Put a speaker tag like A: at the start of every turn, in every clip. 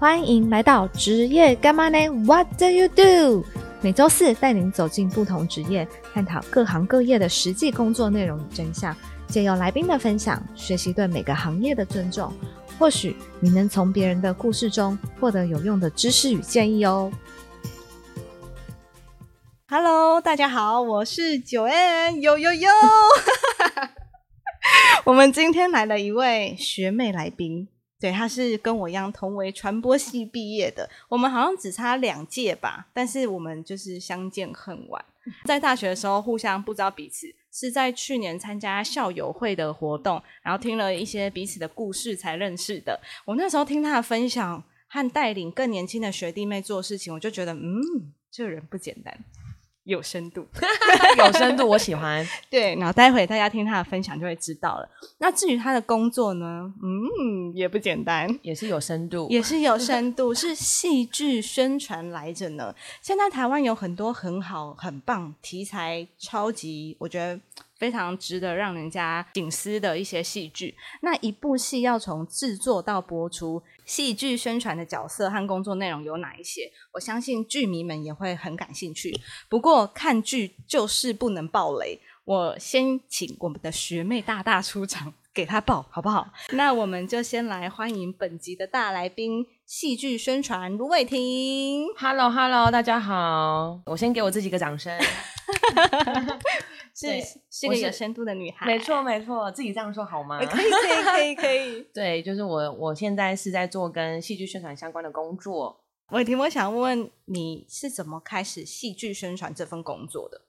A: 欢迎来到职业干嘛呢？What do you do？每周四带您走进不同职业，探讨各行各业的实际工作内容与真相，借由来宾的分享，学习对每个行业的尊重。或许你能从别人的故事中获得有用的知识与建议哦。
B: Hello，大家好，我是九 N，有有有。我们今天来了一位学妹来宾，对，她是跟我一样同为传播系毕业的，我们好像只差两届吧，但是我们就是相见恨晚，在大学的时候互相不知道彼此，是在去年参加校友会的活动，然后听了一些彼此的故事才认识的。我那时候听她的分享和带领更年轻的学弟妹做事情，我就觉得，嗯，这个人不简单，有深度。
C: 有深度，我喜欢。
B: 对，然后待会大家听他的分享就会知道了。那至于他的工作呢，嗯，也不简单，
C: 也是有深度，
B: 也是有深度，是戏剧宣传来着呢。现在台湾有很多很好、很棒题材，超级我觉得非常值得让人家警思的一些戏剧。那一部戏要从制作到播出，戏剧宣传的角色和工作内容有哪一些？我相信剧迷们也会很感兴趣。不过看剧就是不能爆雷，我先请我们的学妹大大出场，给她爆好不好？ 那我们就先来欢迎本集的大来宾——戏剧宣传卢伟霆。
C: Hello Hello，大家好，我先给我自己一个掌声。
B: 是
C: 对
B: 是
C: 我
B: 个
C: 是
B: 有深度的女孩，
C: 没错没错，自己这样说好吗
B: 呃，？ 可以可以可以可 以。
C: 对，就是我，我现在是在做跟戏剧宣传相关的工作。
B: 伟霆，我想问问你是怎么开始戏剧宣传这份工作的？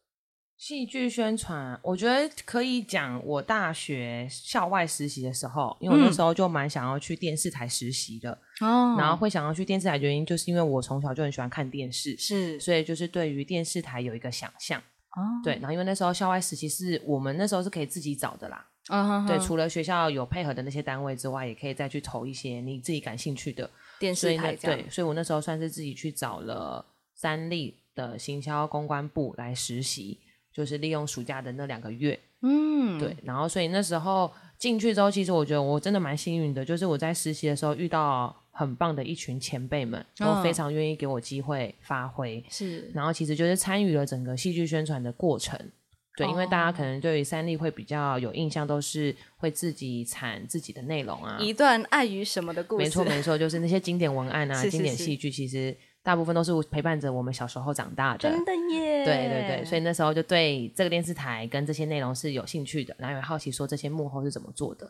C: 戏剧宣传，我觉得可以讲我大学校外实习的时候，因为我那时候就蛮想要去电视台实习的，
B: 哦
C: 然后会想要去电视台，原因就是因为我从小就很喜欢看电视，
B: 是
C: 所以就是对于电视台有一个想象。
B: 哦，
C: 对，然后因为那时候校外实习是我们那时候是可以自己找的啦，
B: 嗯
C: 对，除了学校有配合的那些单位之外，也可以再去投一些你自己感兴趣的。
B: 电
C: 所
B: 视
C: 以呢
B: 台，这样
C: 对，所以我那时候算是自己去找了三立的行销公关部来实习，就是利用暑假的那两个月。
B: 嗯，
C: 对，然后所以那时候进去之后，其实我觉得我真的蛮幸运的，就是我在实习的时候遇到很棒的一群前辈们，都非
B: 嗯
C: 常愿意给我机会发挥。
B: 是
C: 然后其实就是参与了整个戏剧宣传的过程。对，因为大家
B: 哦
C: 可能对于三立会比较有印象，都是会自己产自己的内容啊。
B: 一段爱与什么的故事，
C: 没错，没错，就是那些经典文案啊、
B: 是是
C: 经典
B: 是
C: 戏剧，其实大部分都是陪伴着我们小时候长大的。
B: 真的耶，
C: 对对对，所以那时候就对这个电视台跟这些内容是有兴趣的，然后也好奇说这些幕后是怎么做的。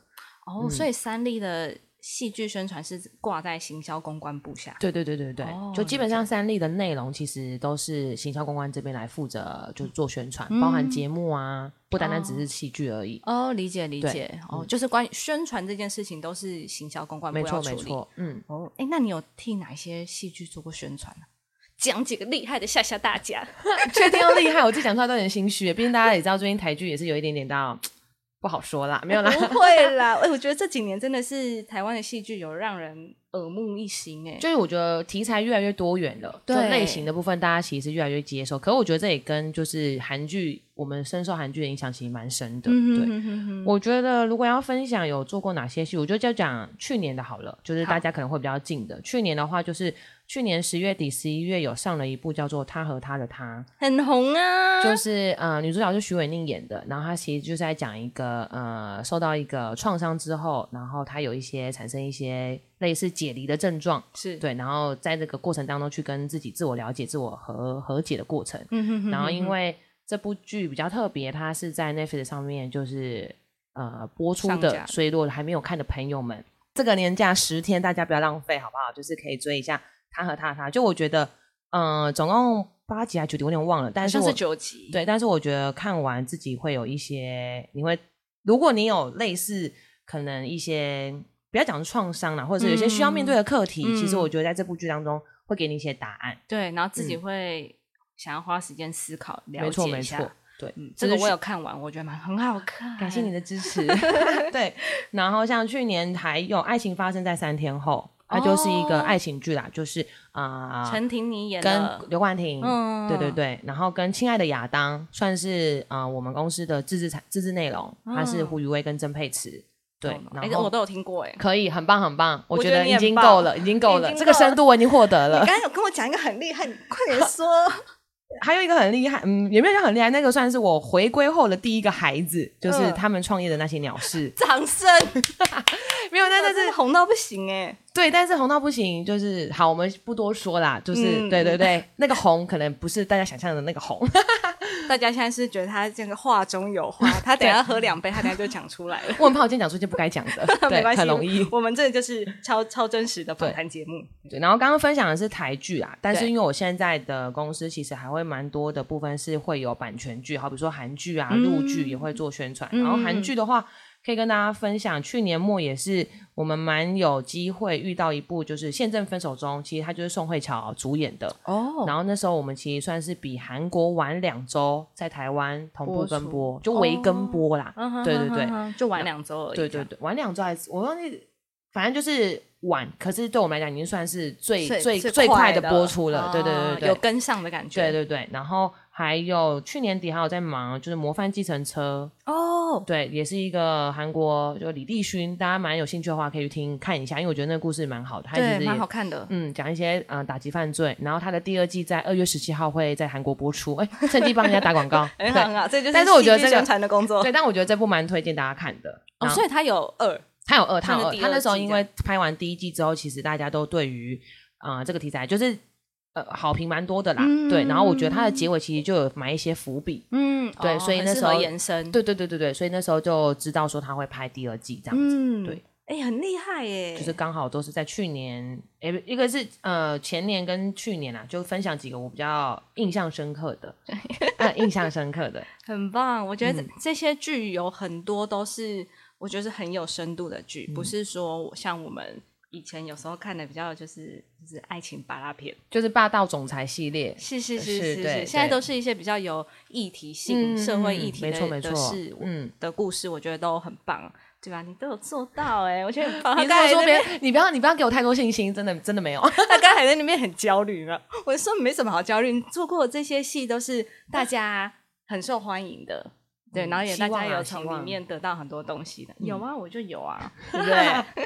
B: 哦，
C: 嗯
B: 所以三立的戏剧宣传是挂在行销公关部下，
C: 对对对对对，
B: 哦
C: 就基本上三立的内容其实都是行销公关这边来负责，就是做宣传，
B: 嗯
C: 包含节目啊，不单单只是戏剧而已。
B: 哦，理解理
C: 对嗯
B: 解，哦，就是关于宣传这件事情都是行销公关部
C: 没
B: 啊要
C: 错
B: 处
C: 没
B: 理，
C: 错，嗯，
B: 哦，哎，那你有替哪些戏剧做过宣传啊讲几个厉害的吓吓大 家，
C: 确定要厉害，我自己讲出来都有点心虚，毕竟大家也知道最近台剧也是有一点点到不好说啦，没有啦。
B: 哎不会啦，哎，我觉得这几年真的是台湾的戏剧有让人耳目一新，哎，
C: 就是我觉得题材越来越多元了，就
B: 对
C: 类型的部分大家其实越来越接受。可我觉得这也跟就是韩剧，我们深受韩剧的影响其实蛮深的。
B: 嗯
C: 对，
B: 哼哼哼
C: 我觉得如果要分享有做过哪些戏，我就就讲去年的好了，就是大家可能会比较近的。去年的话，就是去年十月底、十一月有上了一部叫做《他和他的他》，
B: 很红啊，
C: 就是呃，女主角是徐伟宁演的，然后她其实就是在讲一个呃，受到一个创伤之后，然后她有一些产生一些类似解离的症状，
B: 是，
C: 对，然后在这个过程当中去跟自己自我了解、自我和和解的过程。
B: 嗯哼哼
C: 然后
B: 哼
C: 因
B: 哼
C: 为这部剧比较特别，它是在 Netflix 上面就是呃播出
B: 上架
C: 的，所以如果还没有看的朋友们，这个年假十天大家不要浪费，好不好？就是可以追一下《他和他的他》，就我觉得呃总共八集还是九集，我有点忘了，但
B: 好
C: 是
B: 像
C: 我
B: 是九集，
C: 对，但是我觉得看完自己会有一些，你会，如果你有类似可能一些不要讲创伤啦，或者是有些需要面对的课题，其实
B: 嗯
C: 我觉得在这部剧当中会给你一些答案。
B: 对，然后自己会想要花时间思考、了
C: 嗯没错，
B: 解
C: 没
B: 一
C: 错
B: 下。，
C: 对，
B: 嗯，
C: 这
B: 这个
C: 是
B: 我
C: 去
B: 有看完，我觉得蛮很好看。
C: 感谢你
B: 的，
C: 的啊 支持。对，然后像去年还有《爱情发生在三天后》，它就是一个
B: 哦
C: 爱情剧啦，就是啊、
B: 陈婷妮演的
C: 跟，刘冠廷，
B: 嗯
C: 对对，对，然后跟《亲爱的亚当》算是呃我们公司的自制产自制内容，它是
B: 嗯
C: 胡宇威跟曾沛慈。对
B: 懂
C: 然
B: 哎、
C: 后
B: 我都有听过哎、
C: 可以，很棒，很棒，我
B: 我
C: 觉
B: 觉得
C: 得
B: 你
C: 已
B: 很
C: 经
B: 棒
C: 够了，已经够
B: 已
C: 了，
B: 经
C: 这个
B: 够
C: 深
B: 了
C: 度我已经获得
B: 你
C: 了
B: 刚。刚有跟我讲一个很厉害，你快点 说。
C: 还有一个很厉害，嗯，也没有讲很厉害，那个算是我回归后的第一个孩子，就是
B: 嗯。
C: 他们创业的那些鸟 事
B: 掌 声！
C: 没有，但
B: 真的
C: 但
B: 是
C: 是
B: 红到不行哎、
C: 对，但是红到不行，就是好，我们不多说啦，就是、
B: 嗯
C: 对对对，那个红可能不是大家想象的那个红，
B: 大家现在是觉得他这个话中有话，他等一下喝两杯，他等一下就讲出来了。
C: 我很怕我今天讲出一件不该讲 的，
B: 没
C: 对，
B: 关系，
C: 很容易。
B: 我们这个就是超超真实的访谈节目。
C: 对，然后刚刚分享的是台剧啦，但是
B: 对
C: 因为我现在的公司其实还会蛮多的部分是会有版权剧，好比说韩剧啊、
B: 嗯
C: 陆剧也会做宣传。然后韩
B: 嗯
C: 剧的话，可以跟大家分享，去年末也是我们蛮有机会遇到一部就是《现正分手中》，其实它就是宋慧乔主演的。
B: 哦，
C: 然后那时候我们其实算是比韩国晚两周，在台湾同步
B: 播
C: 跟
B: 出哦嗯
C: 播，就微跟播啦。对对对，
B: 对， 就玩两周而已。
C: 对对对，晚两周还是我忘记，反正就是晚，可是对我们来讲已经算是最
B: 最
C: 最
B: 最
C: 最快
B: 快
C: 的
B: 的
C: 播出了。对对
B: 啊
C: 对对，
B: 有跟上的感觉。
C: 对对对。然后还有去年底还有在忙，就是《模范计程车》，
B: 哦，
C: 对，也是一个韩国就李立勋，大家蛮有兴趣的话可以去听看一下，因为我觉得那个故事蛮好的，他其
B: 对，
C: 实
B: 蛮好
C: 也。
B: 看的。，
C: 嗯，讲一些呃打击犯罪，然后他的第二季在二月十七号会在韩国播出，哎，趁机帮人家打广告
B: 很
C: 嗯对
B: 好很好，这就是
C: 但是我觉得
B: 戏
C: 这
B: 剧
C: 个
B: 宣传的工作。
C: 对，但我觉得这部蛮推荐大家看的。
B: 哦，
C: 然后
B: 所以他有二，
C: 他有二，他
B: 看
C: 有
B: 了
C: 二。
B: 第
C: 他
B: 二
C: 那时候
B: 季
C: 因
B: 这
C: 为拍完第一季之后，其实大家都对于啊、呃这个题材就是呃好评蛮多的啦，
B: 嗯
C: 对。然后我觉得他的结尾其实就有埋一些伏笔，
B: 嗯，
C: 对
B: 哦
C: 所以
B: 很
C: 那
B: 适
C: 时候
B: 合延伸，
C: 对对对对对，所以那时候就知道说他会拍第二季这样子，
B: 嗯
C: 对，
B: 哎，很厉害耶，
C: 就是刚好都是在去年，诶、一个是呃前年跟去年啊，就分享几个我比较印象深刻 的，呃印象深刻的，
B: 很棒，我觉
C: 嗯
B: 得这些剧有很多都是我觉得是很有深度的剧，
C: 嗯
B: 不是说像我们以前有时候看的比较就是就是爱情巴拉片，
C: 就是霸道总裁系列，
B: 是是
C: 是
B: 是是是，
C: 对
B: 现在
C: 对
B: 都是一些比较有议题性、社会议题的
C: 没错没错
B: 的事物、
C: 嗯。
B: 的故事，我觉得都很棒，对啊吧？你都有做到哎、我觉得很棒。
C: 你
B: 他刚
C: 这
B: 才那
C: 么说别
B: 边，
C: 人，你不要你不要给我太多信心，真的真 的没有。
B: 他刚才在那边很焦虑嘛， 我说没什么好焦虑，你做过的这些戏都是大家很受欢迎的。对，
C: 嗯
B: 然后也
C: 希
B: 大
C: 望啊
B: 家有
C: 希
B: 从
C: 望
B: 里面得到很多东西的，
C: 嗯
B: 有啊，我就有啊，对不对？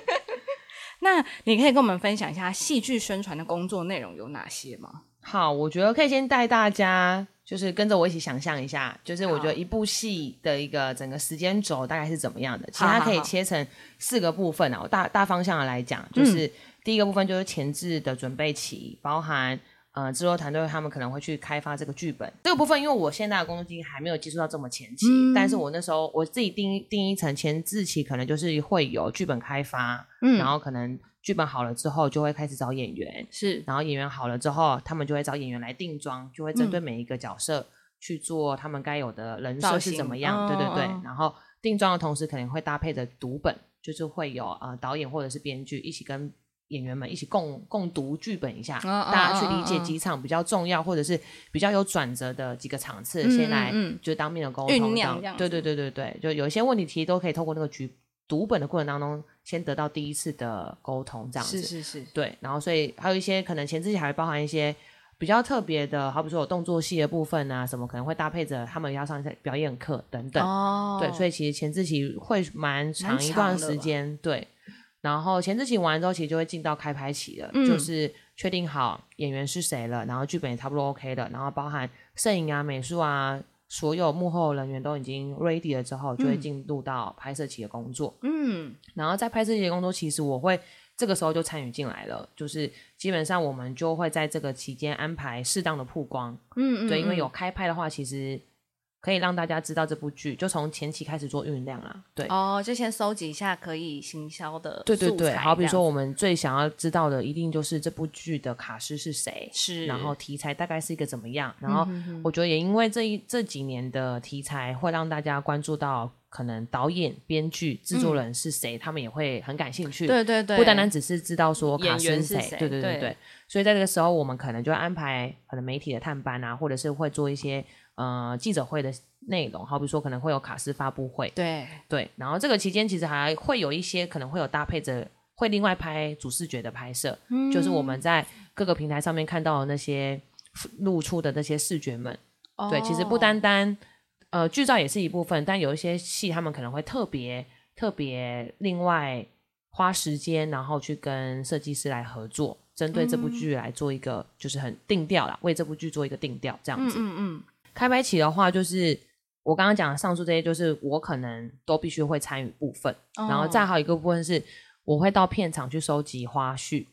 B: 那你可以跟我们分享一下戏剧宣传的工作内容有哪些吗？
C: 好，我觉得可以先带大家，就是跟着我一起想象一下，就是我觉得
B: 好
C: 一部戏的一个整个时间轴大概是怎么样的。其实
B: 好好
C: 它可以
B: 好
C: 切成四个部分啊，我大大方向的来讲，就是、
B: 嗯
C: 第一个部分就是前置的准备期，包含。呃，制作团队他们可能会去开发这个剧本这个部分，因为我现在的工作经验还没有接触到这么前期，
B: 嗯
C: 但是我那时候我自己定义定义成前置期，可能就是会有剧本开发，
B: 嗯
C: 然后可能剧本好了之后就会开始找演员，
B: 是
C: 然后演员好了之后，他们就会找演员来定妆，就会针
B: 嗯
C: 对每一个角色去做他们该有的人
B: 造
C: 设是怎
B: 型
C: 么样，对对对。
B: 哦哦
C: 然后定妆的同时，可能会搭配着读本，就是会有呃导演或者是编剧一起跟演员们一起共共读剧本一下，
B: 哦哦
C: 大家去
B: 哦
C: 理解
B: 哦
C: 几场比较重要或者是比较有转折的几个场次，先来
B: 嗯嗯嗯
C: 就当面的沟
B: 酝
C: 通
B: 酿
C: 这
B: 这
C: 样
B: 样子
C: 对对对对对，就有一些问题其实都可以透过那个局读本的过程当中，先得到第一次的沟通这样子。
B: 是是是，
C: 对，然后所以还有一些可能前置期还会包含一些比较特别的，好比说有动作戏的部分啊，什么可能会搭配着他们要上一些表演课等等。
B: 哦
C: 对，所以其实前置期会蛮长一段
B: 长的
C: 时
B: 吧
C: 间，对。然后前置期完之后，其实就会进到开拍期了，就
B: 嗯
C: 是确定好演员是谁了，然后剧本也差不多 OK 了，然后包含摄影啊、美术啊，所有幕后人员都已经 ready 了之后，就会
B: 嗯
C: 进入到拍摄期的工作。
B: 嗯
C: 然后在拍摄期的工作，其实我会这个时候就参与进来了，就是基本上我们就会在这个期间安排适当的曝光，
B: 嗯嗯，
C: 对，因为
B: 嗯
C: 有开拍的话，其实可以让大家知道这部剧，就从前期开始做酝酿啦，对。
B: 哦，就先搜集一下可以行销的
C: 对对
B: 素
C: 对，
B: 材
C: 好比
B: 这样
C: 说我们最想要知道的，一定就是这部剧的卡司是谁，
B: 是，
C: 然后题材大概是一个怎么样，然后
B: 嗯哼哼
C: 我觉得也因为这一这几年的题材，会让大家关注到可能导演、编剧、制作人是谁，他们也会很感兴
B: 嗯
C: 趣，
B: 对对对，
C: 不单单只是知道说卡
B: 演
C: 斯
B: 员
C: 谁
B: 是，谁
C: 对对对
B: 对
C: 对。所以在这个时候，我们可能就会安排可能媒体的探班啊，或者是会做一些呃记者会的内容，好比说可能会有卡斯发布会，
B: 对
C: 对。然后这个期间其实还会有一些可能会有搭配着。会另外拍主视觉的拍摄，
B: 嗯
C: 就是我们在各个平台上面看到的那些露出的那些视觉们，对，其实不
B: 哦
C: 单单呃剧照也是一部分，但有一些戏他们可能会特别特别另外花时间，然后去跟设计师来合作，针对这
B: 嗯
C: 部剧来做一个就是很定调啦，为这部剧做一个定调这样
B: 嗯
C: 子。
B: 嗯嗯，
C: 开拍期的话，就是我刚刚讲的上述这些，就是我可能都必须会参与部分，然后再
B: 哦
C: 还有一个部分是我会到片场去收集花絮。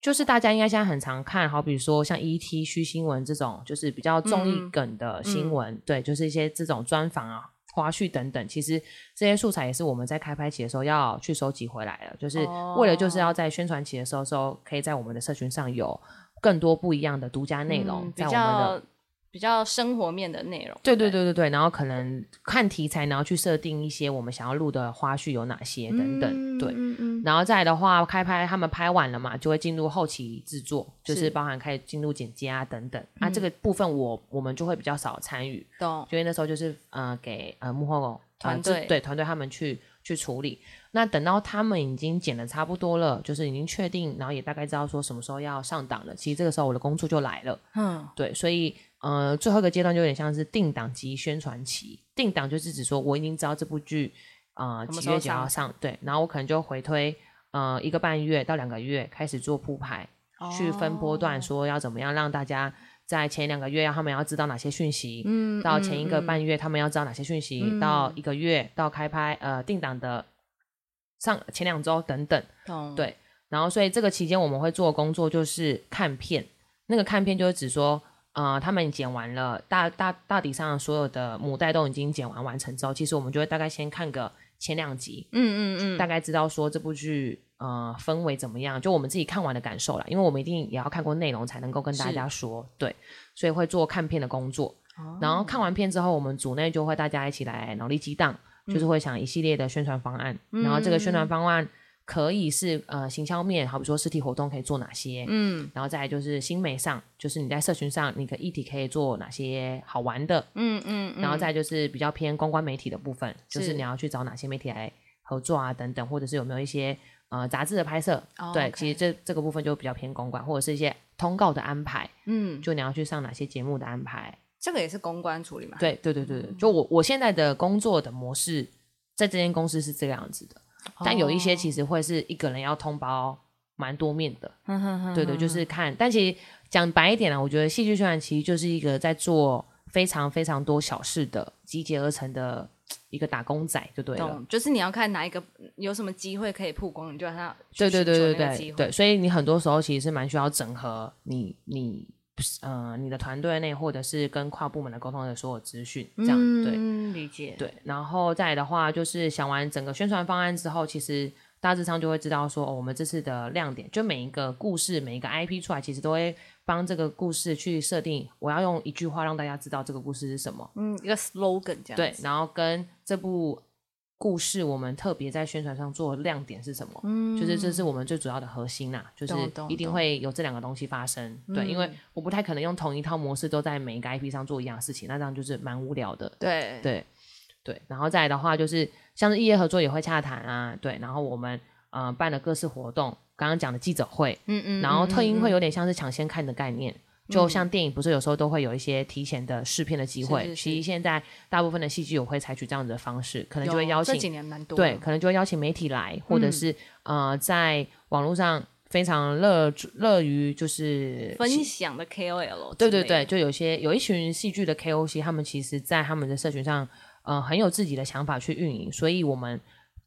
C: 就是大家应该现在很常看，好比说像 ET 虚新闻这种，就是比较综
B: 嗯
C: 艺
B: 嗯
C: 梗的新闻，对，就是一些这种专访啊、花絮等等。其实这些素材也是我们在开拍期的时候要去收集回来的，就是为了就是
B: 哦
C: 要在宣传期的时候，时候可以在我们的社群上有更多不一样的独家内容，
B: 嗯比
C: 在我们的
B: 较比较生活面的内容。
C: 对对对对对，然后可能看题材，然后去设定一些我们想要录的花絮有哪些
B: 嗯，
C: 等等，对。
B: 嗯嗯
C: 然后再来的话，开拍他们拍完了嘛，就会进入后期制作，就是
B: 是
C: 包含开始进入剪接啊等等。那、
B: 嗯
C: 这个部分我我们就会比较少参与，
B: 懂。
C: 所以那时候就是呃给呃幕后
B: 团
C: 呃制
B: 队
C: 对团队他们去去处理。那等到他们已经剪的差不多了，就是已经确定，然后也大概知道说什么时候要上档了。其实这个时候我的工作就来了。
B: 嗯，
C: 对，所以呃，最后一个阶段就有点像是定档及宣传期。定档就是指说我已经知道这部剧呃
B: 什么
C: 几
B: 时候
C: 月几号上，对，然后我可能就回推呃一个半月到两个月开始做铺排，去分波段
B: 哦
C: 说要怎么样让大家在前两个月要他们要知道哪些讯息，
B: 嗯
C: 到前一个半
B: 月，
C: 月他们要知道哪些讯息，
B: 嗯
C: 到一个月到开拍呃定档的上前两周等等。
B: 嗯懂
C: 对然后所以这个期间我们会做的工作就是看片，那个看片就是指说，呃，他们剪完了，大大大体上所有的母带都已经剪完完成之后，其实我们就会大概先看个前两集，
B: 嗯嗯嗯，
C: 大概知道说这部剧呃氛围怎么样，就我们自己看完的感受啦，因为我们一定也要看过内容才能够跟大
B: 是
C: 家说，对，所以会做看片的工作。
B: 哦
C: 然后看完片之后，我们组内就会大家一起来脑力激荡，
B: 嗯
C: 就是会想一系列的宣传方案。然后这个宣传方案可以是呃行销面，好比说实体活动可以做哪些，
B: 嗯
C: 然后再来就是新媒上，就是你在社群上你的议题可以做哪些好玩的，
B: 嗯嗯，
C: 然后
B: 嗯
C: 再就是比较偏公关媒体的部分，就是
B: 是
C: 你要去找哪些媒体来合作啊等等，或者是有没有一些呃杂志的拍摄，
B: 哦
C: 对
B: OK
C: 其实这这个部分就比较偏公关，或者是一些通告的安排，
B: 嗯，
C: 就你要去上哪些节目的安排，
B: 这个也是公关处理嘛，
C: 对对对对对，就我我现在的工作的模式，在这间公司是这个样子的，
B: 哦，
C: 但有一些其实会是一个人要通包蛮多面的，
B: 哼，哼嗯哼
C: 对对，就是看。但其实讲白一点呢、我觉得戏剧宣传其实就是一个在做非常非常多小事的集结而成的一个打工仔，就对了。
B: 懂，就是你要看哪一个有什么机会可以曝光，你就让他
C: 对对对对
B: 机
C: 对
B: 会，
C: 对，所以你很多时候其实是蛮需要整合你你呃你的团队内或者是跟跨部门的沟通的所有资讯，这样、对。
B: 嗯理解，
C: 对，然后再来的话，就是想完整个宣传方案之后，其实大致上就会知道说、哦我们这次的亮点，就每一个故事、每一个 IP 出来，其实都会帮这个故事去设定，我要用一句话让大家知道这个故事是什么。
B: 嗯，一个 slogan 这样，
C: 对，，然后跟这部故事我们特别在宣传上做的亮点是什么？
B: 嗯，
C: 就是这是我们最主要的核心啦、就是
B: 懂懂
C: 一定
B: 懂
C: 会有这两个东西发生。对，因为
B: 嗯
C: 我不太可能用同一套模式都在每一个 IP 上做一样的事情，那这样就是蛮无聊的。
B: 对
C: 对对，然后再来的话就是像是异业合作也会洽谈啊，对，然后我们呃办了各式活动，刚刚讲的记者会，
B: 嗯嗯，
C: 然后特映会
B: 有
C: 有点像是抢先看的概念。就像电影，不是有时候都会有一些提前的试片的机
B: 是
C: 会。
B: 是
C: 其实
B: 是
C: 现在大部分的戏剧我会采取这样子的方式，可能就会邀
B: 这几
C: 请，
B: 年蛮多的，
C: 对，可能就会邀请媒体来，或者
B: 嗯
C: 是、呃，在网络上非常乐乐于就是
B: 分享的 KOL，
C: 对
B: 之
C: 对
B: 类的
C: 对，，就有些有一群戏剧的 KOC，他们其实在他们的社群上，呃，很有自己的想法去运营，所以我们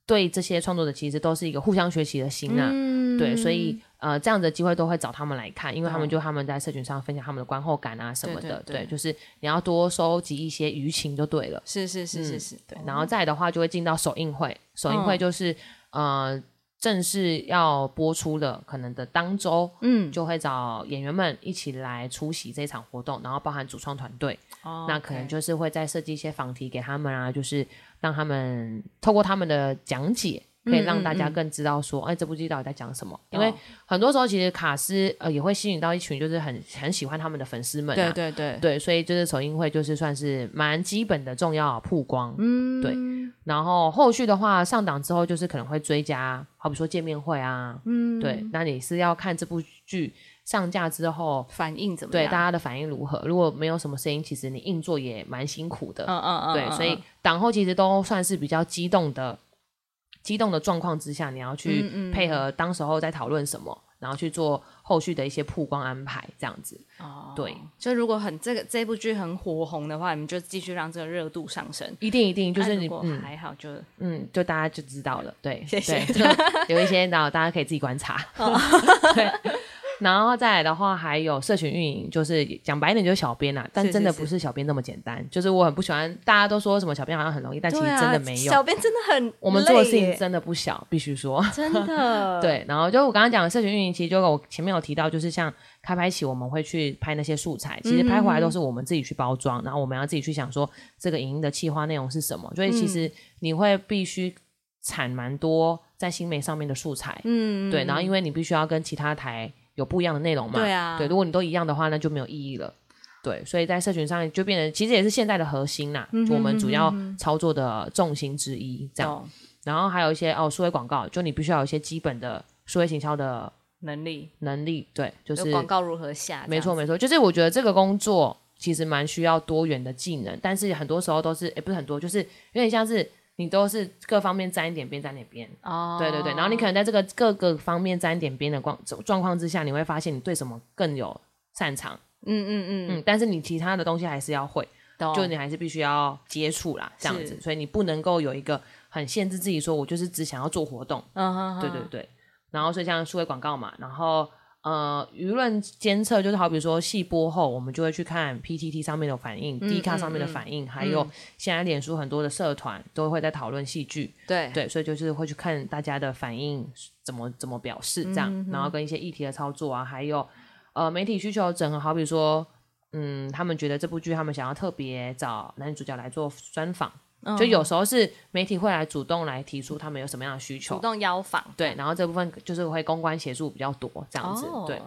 C: 对这些创作者其实都是一个互相学习的心啊。
B: 嗯
C: 对，所以呃，这样的机会都会找他们来看，因为他们
B: 懂
C: 就他们在社群上分享他们的观后感啊什
B: 对
C: 么
B: 对
C: 的。
B: 对
C: 就是你要多收集一些舆情就对了。
B: 是是是是哦
C: 嗯
B: 是，
C: 对，然后再来的话就会进到首映会，首映会
B: 嗯
C: 就是、呃正式要播出的可能的当周，
B: 嗯，
C: 就会找演员们一起来出席这场活动，然后包含主创团队，
B: 哦
C: 那可能
B: OK
C: 就是会再设计一些访题给他们啊，就是让他们透过他们的讲解，可以
B: 嗯
C: 让大家
B: 嗯嗯哦
C: 更知道说，哎，这部剧到底在讲什么？因
B: 懂
C: 为很多时候其实卡斯呃也会吸引到一群就是很很喜欢他们的粉丝们、啊，
B: 对对对，
C: 对所以就是首映会就是算是蛮基本的重要曝光，
B: 嗯
C: 对然后后续的话上档之后就是可能会追加，好比说见面会啊，
B: 嗯，
C: 对，那你是要看这部剧上架之后，
B: 反应怎么
C: 对
B: 样？
C: 大家的反应如何？如果没有什么声音，其实你硬做也蛮辛苦的。
B: 嗯嗯嗯，
C: 对，
B: 嗯
C: 所以
B: 嗯
C: 党后其实都算是比较激动的激动的状况之下，你要
B: 嗯
C: 去配合当时候在讨论什么，然后去做后续的一些曝光安排，这样子。
B: 哦，
C: 对，
B: 就如果很这个这部剧很火红的话，你们就继续让这个热度上升。
C: 一定一定，就是
B: 啊
C: 你
B: 如果
C: 嗯
B: 还好就，
C: 嗯，就大家就知道了，对，
B: 谢谢哦
C: 对，就有一些，然后大家可以自己观察， 对。然后再来的话，还有社群运营，就是讲白一点就是小编啊，但
B: 是
C: 真的
B: 是
C: 不是小编那么简单。就是我很不喜欢大家都说什么小编好像很容易，但其实
B: 对啊
C: 真的没有。
B: 小编真的很累耶，
C: 我们做的事情真的不小，必须说。
B: 真的
C: 对，然后就我刚刚讲的社群运营，其实就我前面有提到，就是像开拍期，我们会去拍那些素材，其实
B: 嗯
C: 拍回来都是我们自己去包装，然后我们要自己去想说这个影音的企划内容是什么，所以
B: 嗯
C: 其实你会必须产蛮多在新媒上面的素材，
B: 嗯，
C: 对，然后因为你必须要跟其他台有不一样的内容嘛，
B: 对啊
C: 对，如果你都一样的话，那就没有意义了。对，所以在社群上就变成，其实也是现在的核心啦，
B: 嗯
C: 我们主要操作的重心之一，这样。
B: 懂
C: 然后还有一些哦，数位广告，就你必须要有一些基本的数位行销的
B: 能力，
C: 能力，对，就
B: 就是广告如何下，
C: 没错
B: 这样子，
C: 没错，就是我觉得这个工作其实蛮需要多元的技能，但是很多时候都是也不是很多，就是有点像是你都是各方面沾一点边沾一点边，
B: 哦，
C: 对对对，然后你可能在这个各个方面沾一点边的状状况之下，你会发现你对什么更有擅长，
B: 嗯嗯嗯，
C: 嗯，但是你其他的东西还是要会。
B: 懂，
C: 就你还是必须要接触啦，这样
B: 是
C: 子，所以你不能够有一个很限制自己，说我就是只想要做活动，
B: 嗯哼哼
C: 对对对。然后所以像数位广告嘛，然后呃舆论监测就是好比说戏播后，我们就会去看 PTT 上面的反应、
B: 嗯
C: D 卡上面的
B: 嗯嗯
C: 反应，还有现在脸书很多的社团都会在讨论戏剧，
B: 对
C: 对，所以就是会去看大家的反应怎么怎么表示这样，
B: 嗯
C: 然后跟一些议题的操作啊，还有呃媒体需求整合，好比说。嗯，他们觉得这部剧，他们想要特别找男女主角来做专访，
B: 对
C: 就有时候是媒体会来主动来提出他们有什么样的需求
B: 主，动邀访，
C: 对，然后这部分就是会公关协助比较多这样子，
B: 哦
C: 对，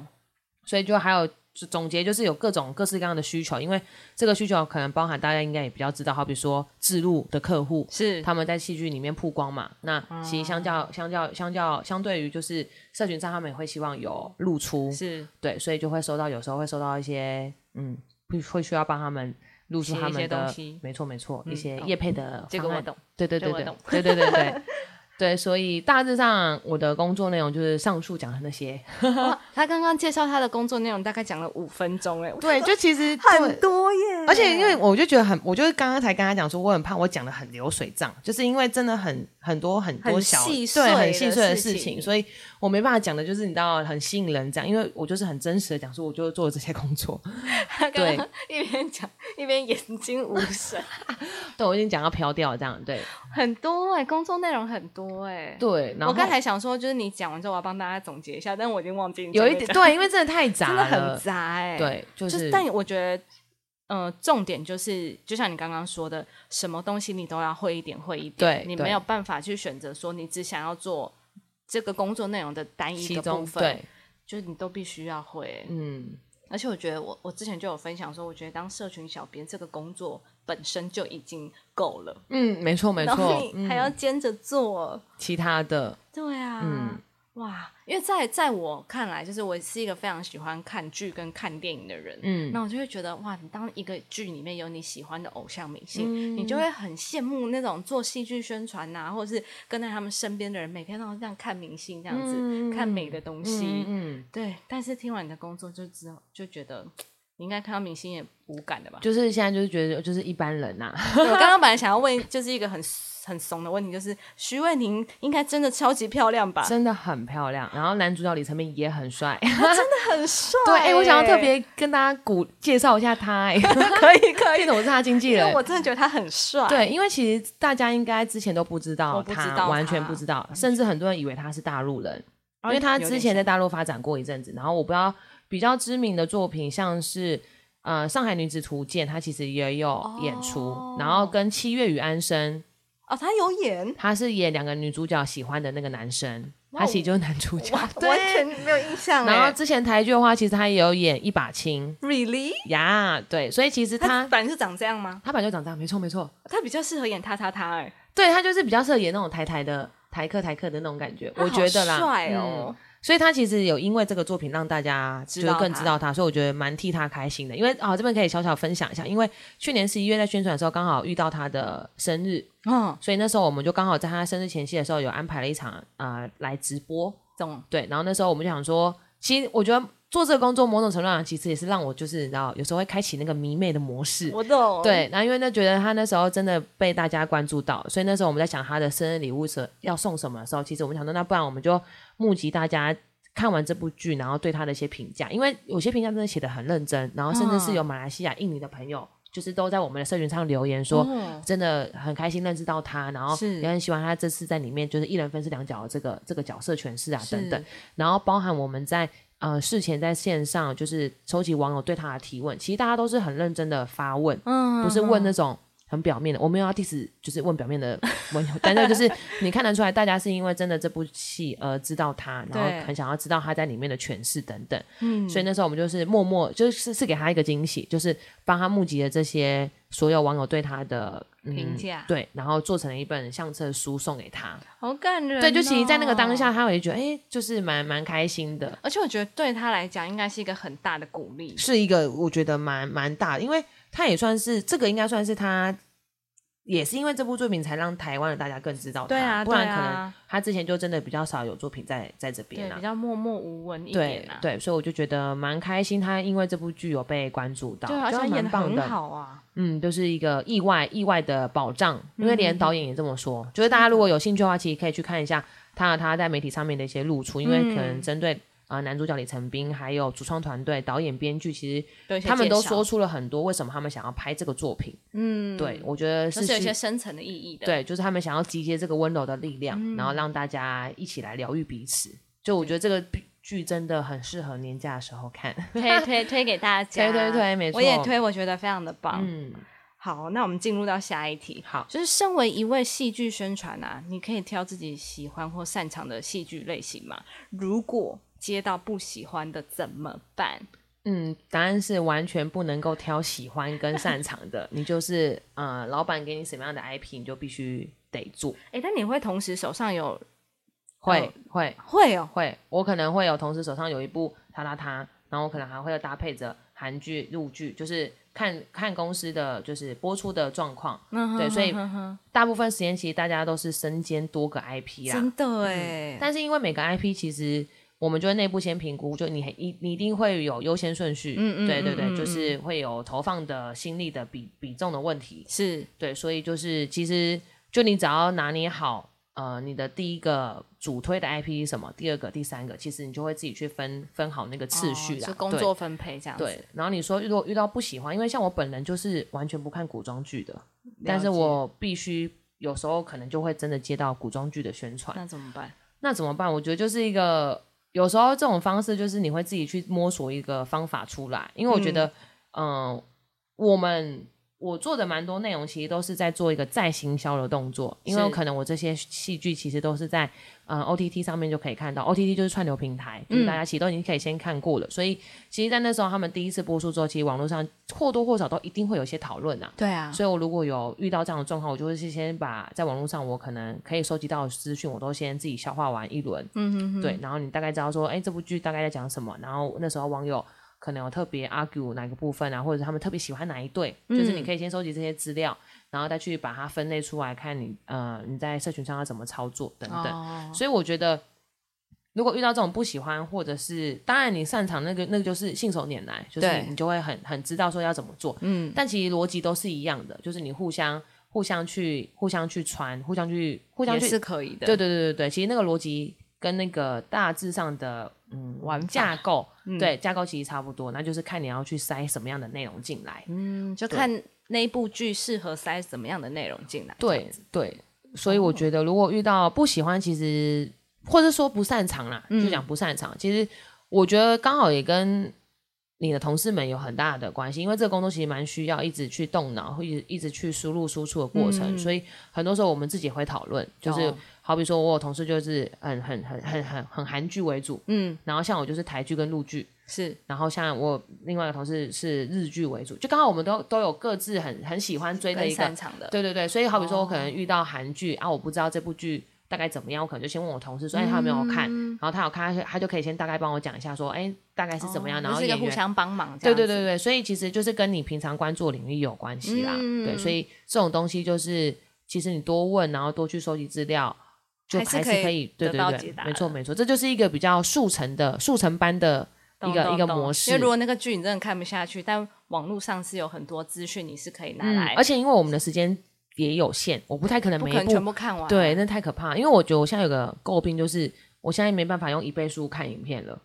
C: 所以就还有就总结就是有各种各式各样的需求，因为这个需求可能包含大家应该也比较知道，好比说制录的客户，
B: 是
C: 他们在戏剧里面曝光嘛，那其实相
B: 啊
C: 较、相较相较相对于就是社群上，他们也会希望有露出，
B: 是
C: 对，所以就会收到有时候会收到一些嗯，会会需要帮他们露出
B: 写一
C: 他
B: 些
C: 们
B: 东
C: 的
B: 西，
C: 没错没错，一
B: 嗯
C: 些
B: 懂
C: 业配的
B: 这个
C: 方
B: 我
C: 案
B: 懂，
C: 对对对
B: 这我
C: 对
B: 懂
C: 对对对对对，所以大致上我的工作内容就是上述讲的那些。
B: 哇他刚刚介绍他的工作内容大概讲了五分钟， 哎，
C: 对，就其实
A: 很多耶，
C: 而且因为我就觉得很，我就是刚刚才跟他讲说，我很怕我讲的很流水账，就是因为真的很很多很多
B: 很
C: 小
B: 细碎
C: 对
B: 的
C: 很细碎的
B: 事
C: 事
B: 情
C: 情，所以我没办法讲的就是你知道很吸引人这样，因为我就是很真实的讲说，我就做了这些工作，
B: 他刚
C: 对
B: 刚一边讲一边眼睛无 神，
C: 对我已经讲到飘掉了这样，对
B: 很多哎，工作内容很多哎，
C: 对，然后
B: 我刚才想说，就是你讲完之后，我要帮大家总结一下，但我已经忘记你
C: 有
B: 前
C: 一
B: 面
C: 点
B: 讲
C: 对，因为真的太杂
B: 真的很
C: 了，
B: 杂哎、，
C: 对，就
B: 就是
C: 是
B: 但我觉得，呃，重点就是，就像你刚刚说的，什么东西你都要会一点，会一点，
C: 对
B: 你
C: 对
B: 没有办法去选择说你只想要做这个工作内容的单一
C: 其
B: 的部
C: 中
B: 分，
C: 对，
B: 就是你都必须要会欸、
C: 嗯，
B: 而且我觉得我，我之前就有分享说，我觉得当社群小编这个工作本身就已经够了，
C: 嗯，没错没
B: 然后
C: 错，嗯
B: 你还要兼着做，
C: 其他的，
B: 对啊，
C: 嗯
B: 哇，因为在在我看来，就是我是一个非常喜欢看剧跟看电影的人，
C: 嗯
B: 那我就会觉得哇，你当一个剧里面有你喜欢的偶像明星，你
C: 嗯
B: 就会很羡慕那种做戏剧宣传呐、或者是跟在他们身边的人，每天都这样看明星这样子，看美的东西，
C: 嗯，
B: 对。但是听完你的工作就知道，就觉得。你应该看到明星也无感 的吧？
C: 就是现在就是觉得就是一般人啊呐、
B: 对我刚刚本来想要 问，就是一个很很怂的问题，就是徐慧宁应该真的超级漂亮吧？
C: 真的很漂亮。然后男主角李成明也 很帅，
B: 很帅
C: 对，哎、我想要特
B: 欸
C: 别跟大家鼓介绍一下他、哎，
B: 可以可以
C: 变，成我是他经纪
B: 因
C: 人
B: 为。我真的觉得他很帅。
C: 对，因为其实大家应该之前都不知道
B: 我不知道
C: 完
B: 他
C: 全不知道，甚至很多人以为他是大陆人，
B: 哦，
C: 因为他
B: 有
C: 之
B: 点
C: 前在
B: 像
C: 大陆发展过一阵子。然后我不知道比较知名的作品，像是呃《上海女子图鉴》，他其实也有演出，
B: 哦
C: 然后跟《七月与安生》，
B: 哦，他有演，
C: 他是演两个女主角喜欢的那个男生，
B: 哇哦
C: 他其实就是男主角。
B: 完全没有印象
C: 然后
B: 哎。
C: 之前台剧的话，其实他也有演一把青
B: Really，
C: 呀对，所以其实
B: 他
C: 他
B: 本来就长这样吗？
C: 他本来就长这样，没错没错，
B: 他比较适合演他他他哎，
C: 对他就是比较适合演那种台台的台客台客的那种感觉，
B: 他
C: 我觉得
B: 好
C: 啦，
B: 帅
C: 嗯
B: 哦，
C: 所以他其实有因为这个作品让大家
B: 知
C: 就
B: 道
C: 是更
B: 他
C: 知道他，所以我觉得蛮替他开心的。因为啊、这边可以小小分享一下，因为去年十一月在宣传的时候刚好遇到他的生日，
B: 嗯，
C: 所以那时候我们就刚好在他生日前夕的时候有安排了一场呃来直播，
B: 懂，
C: 对，然后那时候我们就想说，其实我觉得做这个工作某种程度上其实也是让我就是你知道有时候会开启那个迷妹的模式，
B: 我懂，，
C: 对，然后因为那觉得他那时候真的被大家关注到，所以那时候我们在想他的生日礼物是要送什么的时候，其实我们想说，那不然我们就募集大家看完这部剧，然后对他的一些评价，因为有些评价真的写的很认真，然后甚至是
B: 嗯
C: 有马来西亚、印尼的朋友，就是都在我们的社群上留言说。
B: 嗯
C: 真的很开心认识到他，然后
B: 是
C: 也很喜欢他这次在里面就是一人分饰两角的这个这个角色诠释啊等等
B: 是，
C: 然后包含我们在呃事前在线上就是收集网友对他的提问，其实大家都是很认真的发问，
B: 嗯
C: 不是问那种很表面的，我没有要 diss，就是问表面的网友，但是 就是你看得出来，大家是因为真的这部戏而知道他，然
B: 对
C: 后很想要知道他在里面的诠释等等，
B: 嗯
C: 所以那时候我们就是默默就是是给他一个惊喜，就是帮他募集了这些所有网友对他的、嗯
B: 评价
C: 对，然后做成了一本相册书送给他。
B: 好感人、哦
C: 对，就其实，在那个当下，。他会觉得哎、诶就是蛮蛮开心的，
B: 而且我觉得对他来讲，应该是一个很大的鼓励。
C: 是一个我觉得蛮蛮大的，因为他也算是这个应该算是他。也是因为这部作品才让台湾的大家更知道他，
B: 对啊，
C: 不然
B: 对
C: 可能
B: 啊，
C: 他之前就真的比较少有作品在在这边
B: 对，
C: 啊
B: 比。较默默无闻一
C: 对
B: 点啊。
C: 对，所以我就觉得蛮开心，他因为这部剧有被关注到，
B: 对啊，而且
C: 就
B: 他演
C: 蛮
B: 的
C: 棒
B: 很
C: 的。
B: 好啊。
C: 嗯，就是一个意外意外的保障，因为连导演也这么说，
B: 嗯
C: 就是大家如果有兴趣的话，其实可以去看一下他他在媒体上面的一些露出，因为
B: 嗯
C: 可能针对啊、呃男主角李成斌，还有主创团队、导演、编剧，其实
B: 对，
C: 他们都说，出了很多为什么他们想要拍这个作品。
B: 嗯，
C: 对，，我觉得
B: 都
C: 是
B: 是有一
C: 需
B: 些深层的意义的。，
C: 对，就是他们想要集结这个温柔的力量，
B: 嗯
C: 然后让大家一起来疗愈彼此。就我觉得这个剧真的很适合年假的时候 看。
B: 推推推给大家，
C: 推推推没
B: 我也
C: 错
B: 推，我觉得非常的棒。
C: 嗯，
B: 好，那我们进入到下一题。
C: 好
B: 就是身为一位戏剧宣传啊，你可以挑自己喜欢或擅长的戏剧类型吗？如果接到不喜欢的怎么办？
C: 嗯，答案是完全不能够挑喜欢跟擅长的， 你就是呃，老板给你什么样的 IP，你就必须得做。
B: 哎，但你会同时手上有
C: 会、
B: 哦
C: 会
B: 会哦，
C: 会，我可能会有同时手上有一部他他他，然后我可能还会搭配着韩剧、陆剧，就是看看公司的就是播出的状况。对，所以大部分时间其实大家都是身兼多个 IP 啦。
B: 真的哎，
C: 但是因为每个 IP 其实我们就会内部先评估，就你很一你一定会有优先顺序，
B: 嗯嗯
C: 对对
B: 嗯嗯
C: 对，就是会有投放的心力的比比重的问题，
B: 是
C: 对，所以就是其实就你只要拿捏好。呃，你的第一个主推的 IP 是什么？第二个、第三个，其实你就会自己去分分好那个次序
B: 哦
C: 啦。
B: 就工
C: 对
B: 作分配这样子。
C: 对，然后你说如果遇到不喜欢，因为像我本人就是完全不看古装剧的，但是
B: 了解
C: 我必须有时候可能就会真的接到古装剧的宣传，
B: 那怎么办？
C: 那怎么办？我觉得就是一个有时候这种方式就是你会自己去摸索一个方法出来，因为我觉得，嗯、我们我做的蛮多内容，其实都是在做一个再行销的动作，因为
B: 是
C: 可能我这些戏剧其实都是在嗯、呃 OTT 上面就可以看到，OTT 就是串流平台，就是大家其实都已经可以先看过了，所以其实，在那时候他们第一次播出之后，其实网络上或多或少都一定会有一些讨论啊。
B: 对啊，
C: 所以我如果有遇到这样的状况，我就会是先把在网络上我可能可以收集到的资讯，我都先自己消化完一轮，
B: 嗯哼哼，
C: 对，然后你大概知道说，哎，这部剧大概在讲什么，然后那时候网友可能有特别 argue 哪个部分啊，或者是他们特别喜欢哪一对，
B: 嗯
C: 就是你可以先收集这些资料，然后再去把它分类出来，看你呃你在社群上要怎么操作等等。
B: 哦
C: 所以我觉得，如果遇到这种不喜欢，或者是当然你擅长那个，那个就是信手拈来，就是
B: 对
C: 你就会很很知道说要怎么做。
B: 嗯，
C: 但其实逻辑都是一样的，就是你互相互相去互相去传，互相去互相
B: 也
C: 去
B: 是可以的。
C: 对对对对对，其实那个逻辑跟那个大致上的嗯
B: 玩法嗯
C: 架构，对架构其实差不多，那就是看你要去塞什么样的内容进来。
B: 嗯，就看那一部剧适合塞什么样的内容进来。这
C: 对
B: 样子，哦
C: 对，所以我觉得如果遇到不喜欢，其实或者说不擅长啦，
B: 嗯
C: 就讲不擅长，其实我觉得刚好也跟。你的同事们有很大的关系，因为这个工作其实蛮需要一直去动脑，会一直一直去输入输出的过程，所以很多时候我们自己会讨论，就是
B: 嗯哦
C: 好比说我有同事就是很很很很很很韩剧为主，
B: 嗯，
C: 然后像我就是台剧跟陆剧，
B: 是
C: 然后像我另外一个同事是日剧为主，就刚好我们都都有各自很很喜欢追的
B: 更
C: 一个
B: 擅，长的。哦
C: 对对对，所以好比说我可能遇到韩剧、啊，我不知道这部剧大概怎么样，我可能就先问我同事
B: 嗯
C: 说，哎，他有没有看？然后他有看，他就他就可以先大概帮我讲一下，说，哎，大概是怎么样，
B: 哦
C: 然后
B: 就是一个
C: 演
B: 互
C: 员。
B: 相帮忙这
C: 对
B: 样子，
C: 对对对，所以其实就是跟你平常关注的领域有关系啦。
B: 嗯
C: 对，所以这种东西就是，其实你多问，然后多去收集资料，就
B: 还是
C: 还是
B: 可以
C: 可以对
B: 得
C: 对
B: 到
C: 对
B: 解答，
C: 没错
B: 的
C: 没错，这就是一个比较速成的速成班的
B: 懂，
C: 一个
B: 懂
C: 一个
B: 懂
C: 模
B: 因
C: 式
B: 为如。果那个剧你真的看不下去，但网络上是有很多资讯，你是可以拿
C: 嗯
B: 来，，
C: 而且因为我们的时间也有限，我不太可能
B: 不
C: 每
B: 可
C: 一
B: 能
C: 部
B: 全部看完啊。
C: 对，那太可怕了。因为我觉得我现在有个诟病，就是我现在没办法用一倍速看影片 了。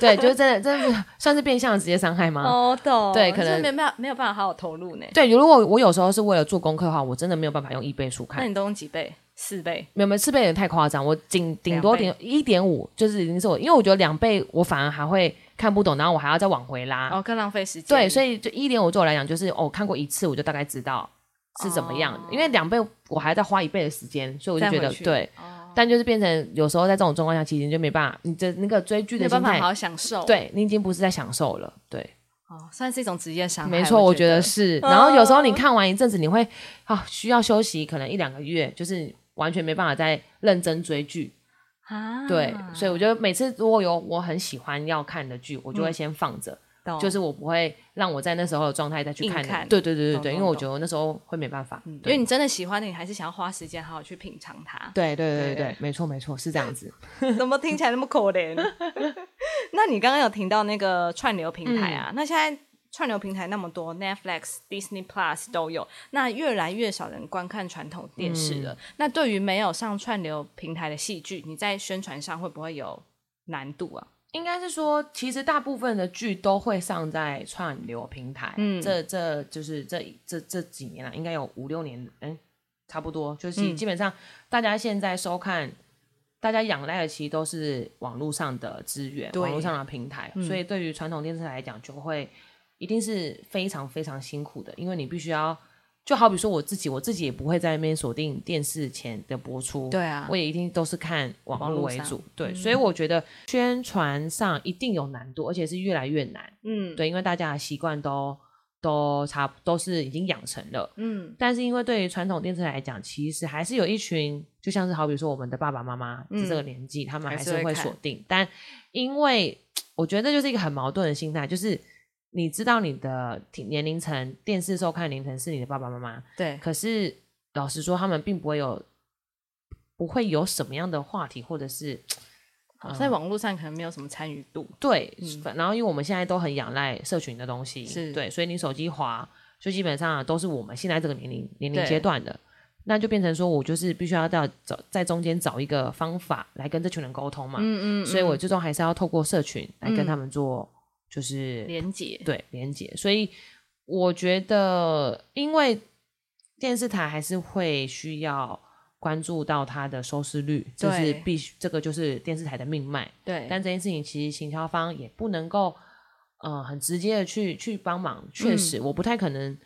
C: 对，就是真的，真的算是变相的职业伤害吗？
B: 哦，懂，
C: 啊对可
B: 就是
C: 能
B: 没办法，没有办法好好投入呢。
C: 对，如果我有时候是为了做功课的话，我真的没有办法用一倍速
B: 那
C: 看。
B: 你都用几倍？四倍？
C: 没有没有，四倍有点太夸张，我顶顶
B: 两
C: 多
B: 倍
C: 顶一点五，就是已经是我，因为我觉得两倍我反而还会看不懂，然后我还要再往回拉。
B: 哦，更浪费时间。
C: 啊对，所
B: 以
C: 以就一点五对我来讲，就是哦，看过一次我就大概知道是怎么样的，
B: 哦
C: 因为两倍我还要再花一倍的时间，所以我就
B: 再
C: 觉得
B: 回去
C: 对。
B: 哦
C: 但就是变成有时候在这种状况下，其实你就没办法，你的那个追剧
B: 没
C: 的
B: 有
C: 心
B: 办法好
C: 态，
B: 好享受。，
C: 对你已经不是在享受了，对，
B: 哦，算是一种职业伤害。
C: 没错，我觉得
B: 得。
C: 是。然后有时候你看完一阵子，你会啊需要休息，可能一两个月，就是完全没办法再认真追剧，
B: 啊，
C: 对。所以我觉得每次如果有我很喜欢要看的剧，我就会
B: 嗯
C: 先放着，
B: 懂
C: 就是我不会让我在那时候的状态再去看
B: 硬
C: 的。
B: 看
C: 对对对对
B: 懂
C: 对，因为
B: 懂
C: 我
B: 懂
C: 觉得我那时候会没办法，
B: 嗯因
C: 对。
B: 为你真的喜欢的，你还是想要花时间好好去品尝它
C: 对对对
B: 对
C: 对对，没错没错，是这样子。
B: 怎么听起来那么可怜？ 那你刚刚有听到那个串流平台
C: 嗯
B: 啊？那现在串流平台那么多，Netflix、Disney Plus 都有，那越来越少人观看传统电视
C: 嗯
B: 了。那对于没有上串流平台的戏剧，你在宣传上会不会有难度啊？
C: 应该是说，其实大部分的剧都会上在串流平台。
B: 嗯
C: 这这就是这这这几年啊啦，应该有五六年，嗯，差不多。就是
B: 嗯
C: 基本上大家现在收看，大家仰赖的其实都是网络上的资源，
B: 对
C: 网络上的平台。
B: 嗯
C: 所以对于传统电视台来讲，就会一定是非常非常辛苦的，因为你必须要。就好比说我自己，我自己也不会在那边锁定电视前的播出，
B: 对啊
C: 我也一定都是看网
B: 网
C: 络
B: 络
C: 为
B: 上嗯
C: 主，对，所以我觉得宣传上一定有难度，而且是越来越难，
B: 嗯，，
C: 对，因为大家的习惯都都差不都是已经养成了，
B: 嗯，
C: 但是因为对于传统电视台来讲，其实还是有一群，就像是好比说我们的爸爸妈妈
B: 嗯
C: 这个年纪，他们
B: 还
C: 还
B: 是
C: 是
B: 会
C: 会
B: 看
C: 锁定。但因为我觉得这就是一个很矛盾的心态，就是你知道你的体年龄层电视收看年龄层是你的爸爸妈妈，
B: 对，
C: 可是老实说，他们并不会有不会有什么样的话题，或者是
B: 哦
C: 嗯
B: 在网络上可能没有什么参与度。
C: 对，
B: 嗯
C: 反然后因为我们现在都很仰赖社群的东西，
B: 是
C: 对，所以你手机滑，就基本上都是我们现在这个年龄年龄
B: 对
C: 阶段的，那就变成说我就是必须要到找在中间找一个方法来跟这群人沟通嘛，
B: 嗯嗯，
C: 所以
B: 嗯
C: 我最终还是要透过社群来
B: 嗯
C: 跟他们做就是
B: 连结，
C: 对连接，所以我觉得，因为电视台还是会需要关注到它的收视率，这是
B: 对
C: 必须，这个就是电视台的命脉。
B: 对，
C: 但这件事情其实行销方也不能够，呃，很直接的去去帮忙。确实，
B: 嗯
C: 我不太可能，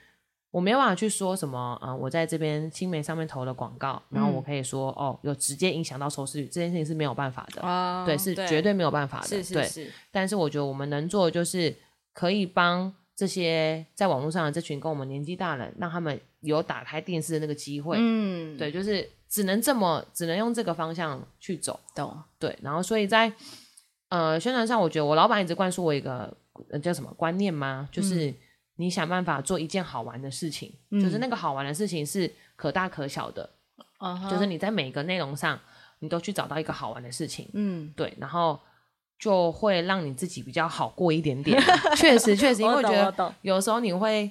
C: 我没有办法去说什么，呃，我在这边新媒上面投了广告，然后我
B: 嗯
C: 可以说，哦，有直接影响到收视率，这件事情是没有办法的。
B: 啊，
C: 对，是绝对没有办法的。
B: 是是
C: 对，
B: 是，
C: 但是我觉得我们能做的就是可以帮这些在网络上的这群跟我们年纪大的人，让他们有打开电视的那个机会。
B: 嗯，
C: 对，就是只能这么，只能用这个方向去走。
B: 懂，
C: 对，然后所以在呃宣传上，我觉得我老板一直灌输我一个、呃、叫什么观念吗？就是你想办法做一件好玩的事情，就是
B: 嗯
C: 那个好玩的事情是可大可小的，就
B: 就是
C: 你在每个内容上，你都去找到一个好玩的事情。
B: 嗯，
C: 对，然后就会让你自己比较好过一点 点。确实，确实，因为
B: 我
C: 我觉
B: 懂我
C: 得
B: 懂，
C: 有时候你会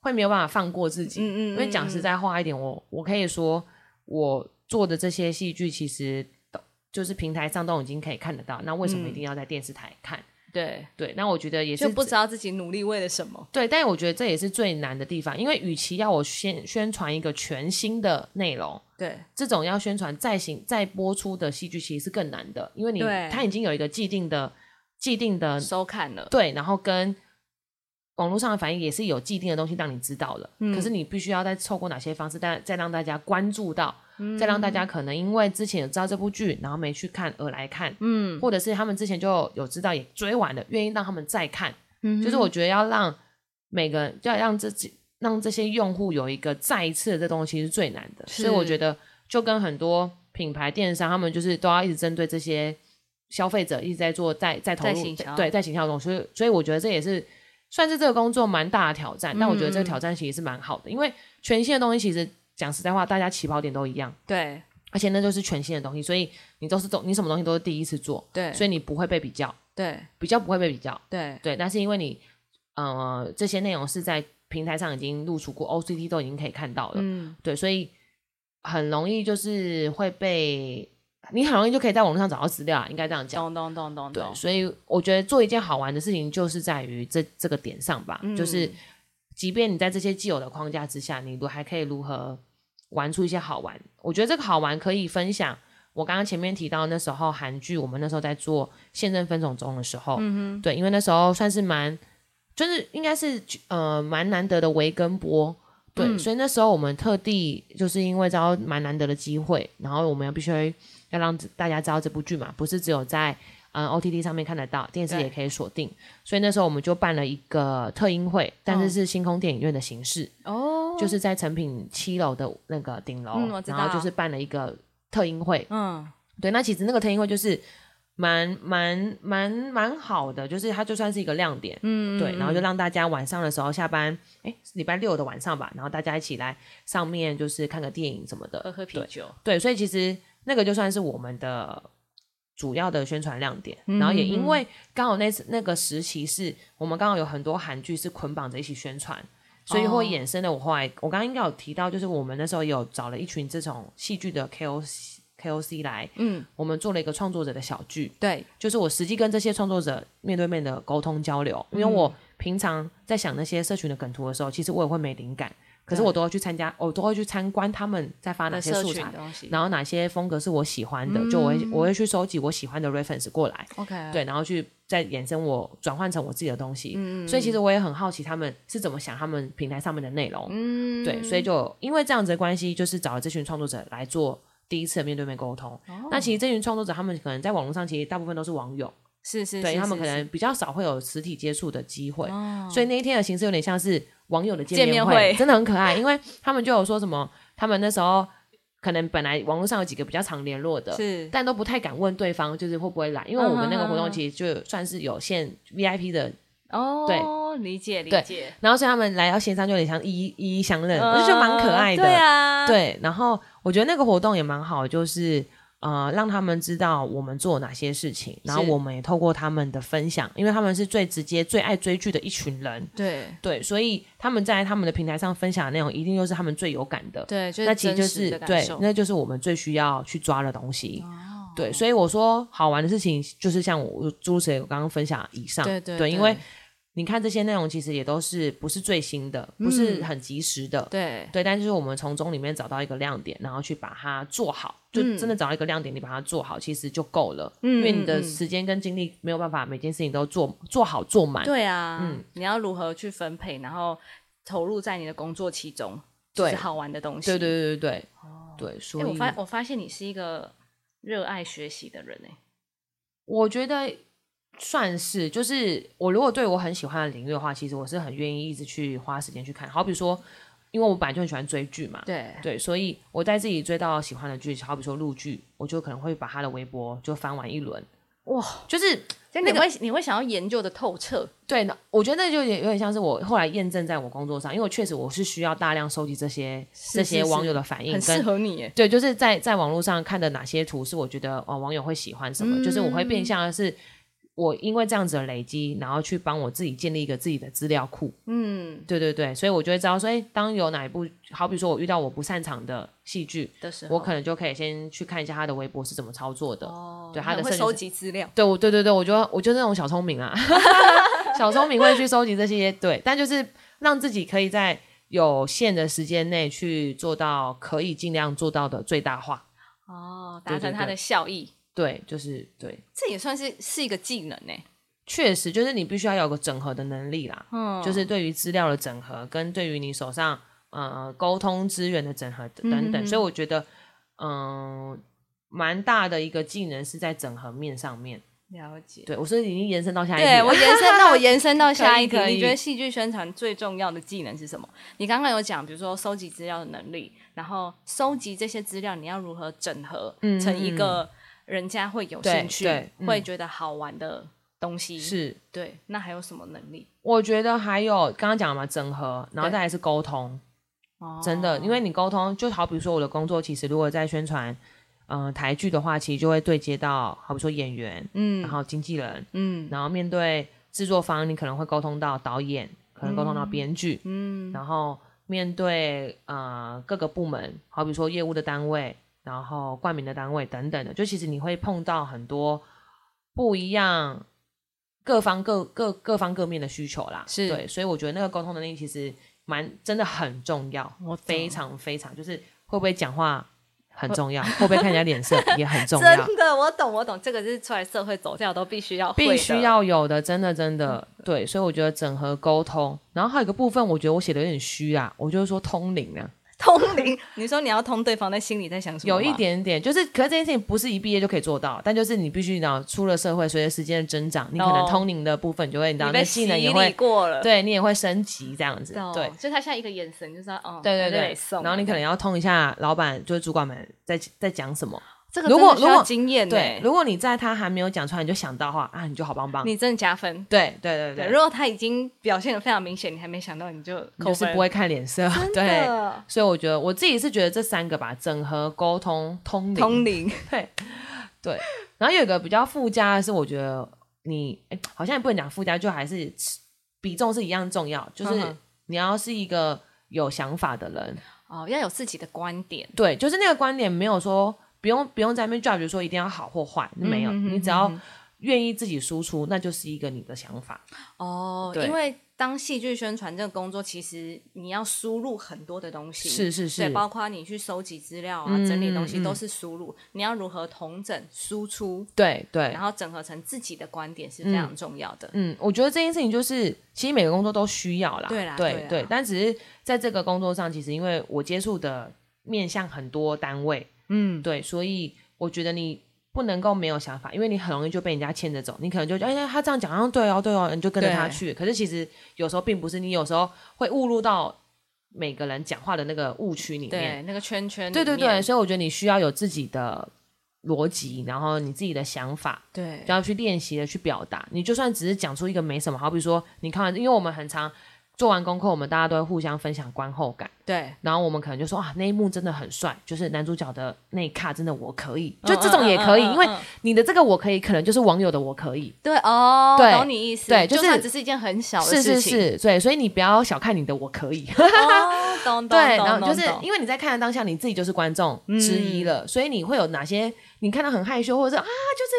C: 会没有办法放过自己。
B: 嗯嗯，
C: 因为讲实
B: 在，
C: 在话一点，我我可以说，我做的这些戏剧其实都就是平台上都已经可以看得到，那为什么一
B: 嗯
C: 定要在电视台看？
B: 对，
C: 对，那我觉得也是
B: 就不知道自己努力为了什么，
C: 对，但我觉得这也是最难的地方，因为与其要我宣宣传一个全新的内容，
B: 对，
C: 这种要宣传再行再播出的戏剧其实是更难的，因为你
B: 对
C: 它已经有一个既定的既定的
B: 收看了，
C: 对，然后跟网络上的反应也是有既定的东西让你知道了，
B: 嗯
C: 可是你必须要再透过哪些方式，再再让大家关注到，
B: 嗯
C: 再让大家可能因为之前有知道这部剧，然后没去看而来看，
B: 嗯，
C: 或者是他们之前就有知道也追完了，愿意让他们再看，
B: 嗯
C: 就是我觉得要让每个要让自己让这些用户有一个再一次的这东西是最难的，所以我
B: 是
C: 觉得就跟很多品牌电商，他们就是都要一直针对这些消费者，一直在做再再投
B: 再
C: 入
B: 行销
C: 对在行销的东西。所以所以我觉得这也是算是这个工作蛮大的挑战，但我觉得这
B: 嗯
C: 个挑战其实是蛮好的，因为全新的东西其实讲实在话，大家起跑点都一样，
B: 对
C: 而且那就是全新的东西，所以你都是都你什么东西都是第一次做，
B: 对
C: 所以你不会被比较，
B: 对
C: 比较不会被比较。
B: 对
C: 对，但是因为你呃这些内容是在平台上已经露出过，OCT 都已经可以看到了，
B: 嗯
C: 对，所以很容易就是会被你很容易就可以在网络上找到资料啊，应该这样讲。
B: 懂懂懂懂
C: 对，
B: 懂，
C: 所以我觉得做一件好玩的事情，就是在于这这个点上吧，就是
B: 嗯
C: 即便你在这些既有的框架之下，你如还可以如何玩出一些好玩。我觉得这个好玩可以分享。我刚刚前面提到那时候韩剧，我们那时候在做《现任分手中》的时候，嗯对，因为那时候算是蛮，就是应该是呃蛮难得的维根波，对，
B: 嗯
C: 所以那时候我们特地就是因为知道蛮难得的机会，然后我们要必须要让大家知道这部剧嘛，不是只有在嗯 OTT 上面看得到，电视
B: 对
C: 也可以锁定，所以那时候我们就办了一个特映会，但
B: 嗯
C: 是是星空电影院的形式，
B: 哦，
C: 就是在成品七楼的那个顶楼，
B: 嗯我知道
C: 然后就是办了一个特映会，
B: 嗯
C: 对，那其实那个特映会就是蛮蛮蛮蛮好的，就是它就算是一个亮点，
B: 嗯，
C: 对，
B: 嗯
C: 然后就
B: 嗯
C: 让大家晚上的时候下班，哎，是礼拜六的晚上吧，然后大家一起来上面就是看个电影什么
B: 喝
C: 的，
B: 喝啤酒，
C: 对，所以其实那个就算是我们的主要的宣传亮点，然
B: 嗯
C: 后也因为刚好那次那个时期是我们刚好有很多韩剧是捆绑着一起宣传。所以
B: 哦
C: 会衍生的，我后来我刚刚应该有提到，就是我们那时候有找了一群这种戏剧的 KOC KOC 来，
B: 嗯，
C: 我们做了一个创作者的小剧，
B: 对，
C: 就是我实际跟这些创作者面对面的沟通交流，因为
B: 嗯
C: 我平常在想那些社群的梗图的时候，其实我也会没灵感，可是我都要去参加，我都会去参观他们在发哪
B: 的
C: 些
B: 社
C: 素
B: 群
C: 材，
B: 东西
C: 然后哪些风格是我喜欢
B: 嗯
C: 的，就我会我会去收集我喜欢的 reference 过来，
B: ，OK，，
C: 对，然后去再衍生我转换成我自己的东西。
B: 嗯
C: 所以其实我也很好奇他们是怎么想他们平台上面的内容，
B: 嗯，
C: 对，所以就因为这样子的关系，就是找了这群创作者来做第一次的面对面沟通。
B: 哦
C: 那其实这群创作者他们可能在网络上其实大部分都是网友，
B: 是是，
C: 对
B: 是
C: 他们
B: 是
C: 可
B: 是哦
C: 能比较少会有实体接触的机会，所以那一天的形式有点像是网友的
B: 嗯见
C: 见
B: 面
C: 面
B: 会
C: 真的很可爱。因为他们就有说什么，他们那时候可能本来网络上有几个比较常联络的，
B: 是嗯
C: 但都不太敢问对方就是会不会来，因为我们那个活动其实就算是有限 VIP 的，
B: 哦，理解理
C: 对
B: 解，
C: 然后所以他们来到线上就有点像一一一一相认，我就
B: 嗯
C: 觉得蛮可爱的。
B: 对啊，，
C: 对，然后我觉得那个活动也蛮好，就是呃，让他们知道我们做哪些事情，然后
B: 是
C: 我们也透过他们的分享，因为他们是最直接、最爱追剧的一群人，
B: 对
C: 对，所以他们在他们的平台上分享的内容，一定又是他们最有感的。
B: 对，就是
C: 那其实就
B: 真实
C: 是
B: 的感
C: 对
B: 受，哦
C: 那就是我们最需要去抓的东西。对，所以我说好玩的事情，就是像我诸如此类，我刚刚分享以上，
B: 对对
C: 因为你看这些内容，其实也都是不是最新的，不
B: 嗯
C: 是很及时的，
B: 对
C: 对，但就是我们从中里面找到一个亮点，然后去把它做好，就
B: 嗯
C: 真的找到一个亮点，你把它做好，其实就够了。
B: 嗯
C: 因为你
B: 嗯
C: 的
B: 嗯
C: 时间跟精力没有办法每件事情都做做好做满。
B: 对啊，
C: 嗯
B: 你要如何去分配，然后投入在你的工作其中，
C: 对
B: 就是好玩的东西。
C: 对对对对对，对，所
B: 诶
C: 以、
B: 我发我发现你是一个热爱学习的人哎、
C: 我觉得算是，就是我如果对我很喜欢的领域的话，其实我是很愿意一直去花时间去看。好比说，因为我本来就很喜欢追剧嘛，
B: 对
C: 对，所以我在自己追到喜欢的剧，好比说陆剧，我就可能会把他的微博就翻完一轮，
B: 哇，
C: 就是
B: 就你会、你会想要研究的透彻，
C: 对，那我觉得那就有点有点像是我后来验证在我工作上，因为我确实我是需要大量收集这些这些
B: 是
C: 网友的反应
B: 很
C: 跟
B: 适合你哎、
C: 对，就是在在网络上看的哪些图是我觉得哦网友会喜欢什么，就是我会
B: 嗯
C: 变相的是，我因为这样子的累积，然后去帮我自己建立一个自己的资料库。
B: 嗯
C: 对对对，所以我就会知道说，哎，当有哪一部，好比说我遇到我不擅长的戏剧，
B: 的时候，
C: 我可能就可以先去看一下他的微博是怎么操作的。
B: 哦，
C: 对
B: 你
C: 他
B: 很
C: 的
B: 会
C: 设计
B: 收
C: 师
B: 集资料，
C: 对，我对对对，我觉得我就是那种小聪 明啊， 小聪明会去收集这些，对，但就是让自己可以在有限的时间内去做到可以尽量做到的最大化。
B: 哦，
C: 对
B: 达
C: 对
B: 成它
C: 对
B: 的效益，
C: 对，就是对，
B: 这也算是是一个技能哎、
C: 确实就是你必须要有个整合的能力啦，
B: 嗯，
C: 就是对于资料的整合跟对于你手上呃沟通资源的整合等等，
B: 嗯嗯嗯
C: 所以我呃觉得嗯、蛮大的一个技能是在整合面上面。
B: 了解。
C: 对，我说已经延伸到下一
B: 对
C: 题
B: 我
C: 了。
B: 延伸，那我延伸到下一
C: 可
B: 题
C: 以，可以
B: 你觉得戏剧宣传最重要的技能是什么？你刚刚有讲，比如说收集资料的能力，然后收集这些资料，你要如何整合
C: 嗯
B: 成一个人家会有
C: 对
B: 兴趣
C: 对、嗯
B: 会觉得好玩的东西？
C: 是，
B: 对。那还有什么能力？
C: 我觉得还有刚刚讲了嘛，整合，然后
B: 对
C: 再来是沟通，
B: 哦
C: 真的，因为你沟通，就好比说我的工作，其实如果在宣传，嗯、台剧的话，其实就会对接到，好比说演员，然
B: 嗯
C: 后经纪人，
B: 嗯
C: 然后面对制作方，你可能会沟通到导演，可能沟通到编剧，
B: 嗯
C: 然后面对呃各个部门，好比说业务的单位，然后冠名的单位等等的，就其实你会碰到很多不一样各方各各各方各面的需求啦。
B: 是
C: 对，所以我觉得那个沟通能力其实蛮真的很重要，
B: 我懂
C: 非常非常就是会不会讲话很重要，会不会看人家脸色也很 重要。
B: 真的，我懂，我懂，这个是出来社会走跳都必须要会的嗯
C: 必须要有的，真的真的，对，所以我觉得整合沟通，然后还有一个部分，我觉得我写的有点虚啊，我就是说通灵啊，
B: 通灵。 你说你要通对方在心里在想什么吗？
C: 有一点点，就是，可是这件事情不是一毕业就可以做到，但就是你必须你知道，出了社会，随着时间的增长，你可能
B: 哦
C: 通灵的部分你就会，你知道
B: 你
C: 那
B: 被
C: 技
B: 洗
C: 能也
B: 礼
C: 会，
B: 过了，
C: 对你也会升级这样子，
B: 懂
C: 对。
B: 就他现在一个眼神就知道，哦，
C: 对对
B: 他就得
C: 对，
B: 送
C: 然后你可能要通一下老板，就是主管们在在讲什么。
B: 这个
C: 如果
B: 真的需
C: 如
B: 要
C: 果
B: 经验欸
C: 对
B: 呢，，
C: 如果你在他还没有讲出来你就想到的话啊，你就好棒棒。
B: 你真的加分。
C: 对对对
B: 对，如果他已经表现的非常明显，你还没想到，你就
C: 你
B: 扣
C: 就是
B: 分。
C: 不会看脸色。对，所以我觉得我自己是觉得这三个吧，整合、沟通、通灵。
B: 通灵，
C: 对对。然后有一个比较附加的是，我觉得你哎、好像也不能讲附加，就还是比重是一样重要，就
B: 嗯
C: 是
B: 哼
C: 你要是一个有想法的人，
B: 哦，要有自己的观点，
C: 对，就是那个观点没有说不用不用在那边 judge 说一定要好或坏，没有，
B: 嗯哼
C: 你只要
B: 嗯哼
C: 愿意自己输出，那就是一个你的想法。
B: 哦，
C: 对
B: 因为当戏剧宣传这个工作，其实你要输入很多的东西，
C: 是是
B: 对，
C: 是，
B: 包括你去收集资料啊、
C: 嗯
B: 整理东西
C: 嗯
B: 都是输入，你要如何同整输出，
C: 对对
B: 然。后整合成自己的观点是非常重要的。
C: 嗯，我觉得这件事情就是，其实每个工作都需要啦，
B: 对啦
C: 对
B: 对啦啊
C: 但只是在这个工作上，其实因为我接触的面向很多单位，
B: 嗯，
C: 对，所以我觉得你不能够没有想法，因为你很容易就被人家牵着走，你可能就觉得哎、他这样讲，好像对哦，对哦，你就跟着他
B: 对
C: 去。可是其实有时候并不是，你有时候会误入到每个人讲话的那个误区里面。
B: 对，那个圈圈里
C: 对
B: 面，
C: 对对，所以我觉得你需要有自己的逻辑，然后你自己的想法，
B: 对
C: 就要去练习的去表达。你就算只是讲出一个没什么，好比说你看完，因为我们很常做完功课，我们大家都会互相分享观后感，
B: 对，
C: 然后我们可能就说啊那一幕真的很帅，就是男主角的那一卡真的我可以，
B: 嗯
C: 就这种也可以，
B: 嗯嗯嗯
C: 因为
B: 嗯
C: 你的这个我可以，可能就是网友的我可以。
B: 对哦，
C: 对
B: 懂你意思，
C: 对就
B: 就是算只是一件很小的
C: 是
B: 事
C: 是
B: 情，
C: 是，对，所以你不要小看你的我可以，
B: 哦，懂懂
C: 对，
B: 懂，
C: 然后就是
B: 懂嗯懂
C: 因为你在看的当下，你自己就是观众之一了，所以你会有哪些你看到很害羞，或者是啊，就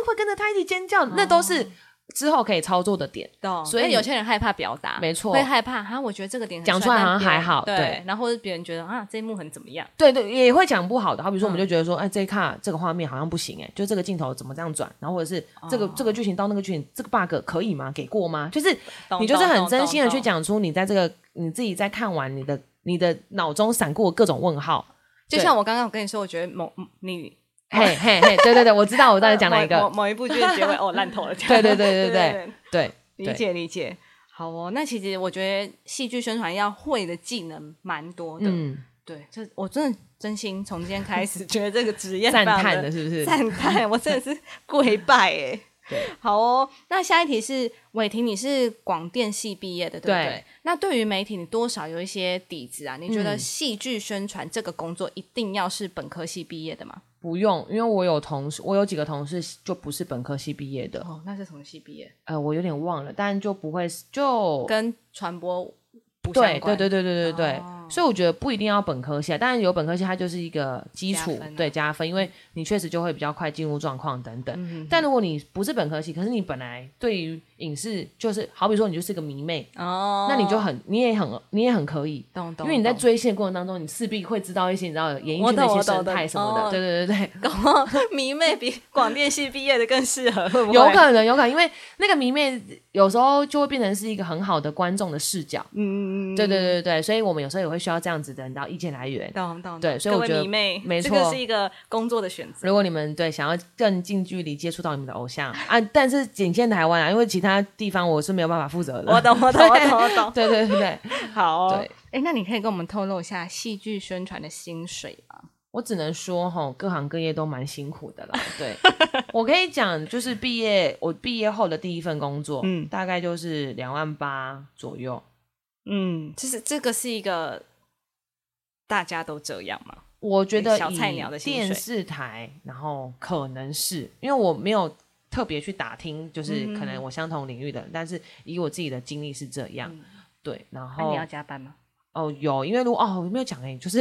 C: 是会跟着他一起尖叫，那都
B: 哦
C: 是之后可以操作的点。
B: 懂，
C: 所以
B: 因为有些人害怕表达，
C: 没错
B: 会害怕哈，我觉得这个点很
C: 讲
B: 帅
C: 出来
B: 但
C: 好像
B: 别人
C: 还好
B: 对
C: 对，
B: 然后或者别人觉得啊这一幕很怎么样，
C: 对对，也会讲不好的。好比说，
B: 嗯
C: 我们就觉得说，哎，这一卡这个画面好像不行，哎，就这个镜头怎么这样转，然后或者是这
B: 哦
C: 个、这个剧情到那个剧情，这个 bug 可以吗？给过吗？就是
B: 懂
C: 你就是
B: 懂
C: 很
B: 懂
C: 真心的
B: 懂
C: 去讲出你在这个你自己在看完你的你的脑中闪过各种问号。
B: 就像我刚刚我跟你说，我觉得某你
C: 嘿嘿嘿，对对对，我知道我到底讲哪一
B: 某某
C: 个。
B: 某一部剧的结尾 哦烂透了，
C: 对对对
B: 对
C: 对对对，
B: 理解理解。好哦，那其实我觉得戏剧宣传要会的技能蛮多的，
C: 嗯，
B: 对，这我真的真心从今天开始觉得这个职业
C: 赞
B: 非常
C: 叹的是不是？
B: 赞 叹，我真的是跪拜哎
C: 对。
B: 好哦，那下一题是伟霆，你是广电系毕业的，对不对？
C: 对
B: 那对于媒体，你多少有一些底子啊？你觉得
C: 嗯
B: 戏剧宣传这个工作一定要是本科系毕业的吗？
C: 不用，因为我有同事，我有几个同事就不是本科系毕业的，
B: 哦，那是什么系毕业？
C: 呃，我有点忘了，但就不会就
B: 跟传播不相
C: 对
B: 关
C: 对对对对对对，
B: 哦
C: 所以我觉得不一定要本科系，啊，当然有本科系它就是一个基础，
B: 加分啊
C: 对加分，因为你确实就会比较快进入状况等等。
B: 嗯
C: 但如果你不是本科系，可是你本来对于影视就是好比说你就是个迷妹，
B: 哦，
C: 那你就很你也很你也很可以。
B: 懂懂，
C: 因为你在
B: 懂
C: 追线过程当中，你势必会知道一些你知道演艺
B: 我
C: 圈的
B: 懂
C: 一些
B: 我懂
C: 生态
B: 懂
C: 什么的，
B: 哦
C: 对对对 对，
B: 迷妹比广电系毕业的更适合，会不会？
C: 有可能，有可能，因为那个迷妹有时候就会变成是一个很好的观众的视角。
B: 嗯，
C: 对对对对对，所以我们有时候也会需要这样子的，你知道意见来源。
B: 懂懂。
C: 对
B: 懂
C: 所以
B: 各
C: 我
B: 位
C: 觉得
B: 迷妹，
C: 没
B: 这
C: 错
B: 个是一个工作的选择。
C: 如果你们对想要更近距离接触到你们的偶像啊， 但是仅限台湾啊，因为其他地方 我是没有办法负责的。
B: 我懂，我懂，我懂，我懂。
C: 对对对对，
B: 好、哦，
C: 对
B: 哎、那你可以跟我们透露一下戏剧宣传的薪水吗？
C: 我只能说哈，各行各业都蛮辛 苦的啦。对，我可以讲，就是毕业我毕业后的第一份工作，
B: 嗯
C: 嗯，大概就是两万八左右。
B: 嗯，就是这个是一个大家都这样嘛。
C: 我觉得
B: 小菜
C: 以
B: 鸟的薪水
C: 电视台，然后可能是因为我没有特别去打听，就是
B: 嗯
C: 可能我相同领域的，但是以我自己的经历是这样。
B: 嗯
C: 对，然
B: 那、
C: 后
B: 你要加班吗？
C: 哦，有，因为如果哦，我没有讲 哎、就是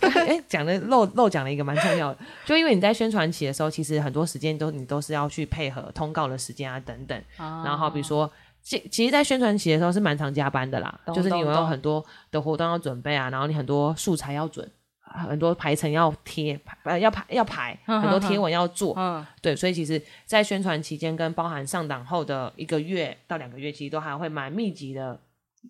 C: 哎讲的漏漏讲了一个蛮重要的，就因为你在宣传期的时候，其实很多时间都你都是要去配合通告的时间啊等等，
B: 哦
C: 然后好比说。其其实，在宣传期的时候是蛮常加班的啦，
B: 懂
C: 就是你
B: 懂
C: 有
B: 懂
C: 很多的活动要准备啊，然后你很多素材要准，很多排程要贴，呃，要排要排，
B: 嗯
C: 很多
B: 哼
C: 贴
B: 哼
C: 文要做，
B: 嗯，
C: 对，所以其实，在宣传期间跟包含上档后的一个月到两个月，其实都还会蛮密集的，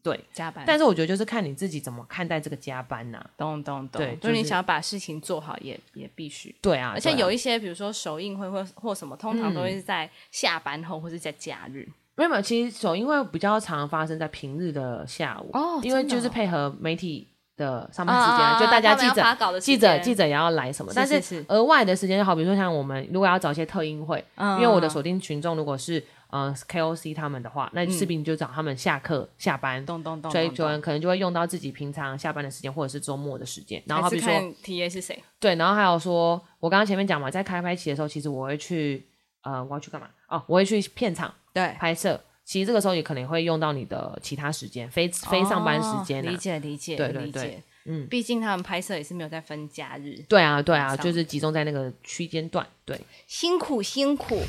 C: 对，
B: 加班，
C: 但是我觉得就是看你自己怎么看待这个加班啊呐、
B: 懂懂懂，
C: 对
B: 就是你
C: 就是
B: 想要把事情做好也，也必须。
C: 对啊，
B: 而且
C: 对啊
B: 有一些，比如说首映会或或什么，通常都
C: 嗯
B: 会是在下班后或是在假日。
C: 没有没有，其实首映会比较常发生在平日的下午，
B: 哦
C: 因为
B: 真的
C: 就是
B: 哦
C: 配合媒体的上班时间啊，就大家记者。
B: 者
C: 记者记者也要来什么，
B: 是
C: 但
B: 是是
C: 额外的时间，就好比说像我们如果要找一些特映会，
B: 嗯
C: 因为我的锁定群众如果是呃 KOC 他们的话，那势必你就找他们下课下班，
B: 咚咚咚，
C: 所以
B: 咚
C: 就
B: 咚
C: 可能就会用到自己平常下班的时间或者是周末的时间，然后好
B: 还
C: 比
B: 是
C: 说
B: 看 T A 是谁，
C: 对，然后还有说，我刚刚前面讲嘛，在开拍期的时候，其实我会去，呃，我要去干嘛？哦，我会去片场
B: 对，
C: 拍摄。其实这个时候也可能会用到你的其他时间，非非上班时间、啊
B: 哦理解理解，
C: 对对
B: 理
C: 对
B: 解。
C: 嗯
B: 毕竟他们拍摄也是没有在分假日，
C: 对啊，对啊，
B: 晚上
C: 就是集中在那个区间段。对，
B: 辛苦辛 苦。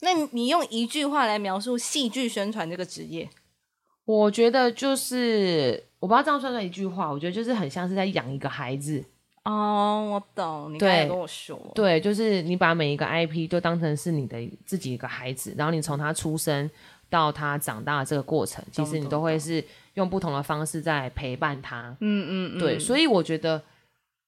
B: 那你用一句话来描述戏剧宣传这个职业，
C: 我觉得就是我不知道这样算不算一句话，我觉得就是很像是在养一个孩子。
B: 哦，我懂，你刚才
C: 对
B: 跟我说，
C: 对，就是你把每一个 IP 就当成是你的自己一个孩子，然后你从他出生到他长大的这个过程，其实
B: 懂
C: 你
B: 懂
C: 都会是用不同的方式在陪伴他。
B: 嗯嗯嗯，
C: 对，所以我觉得，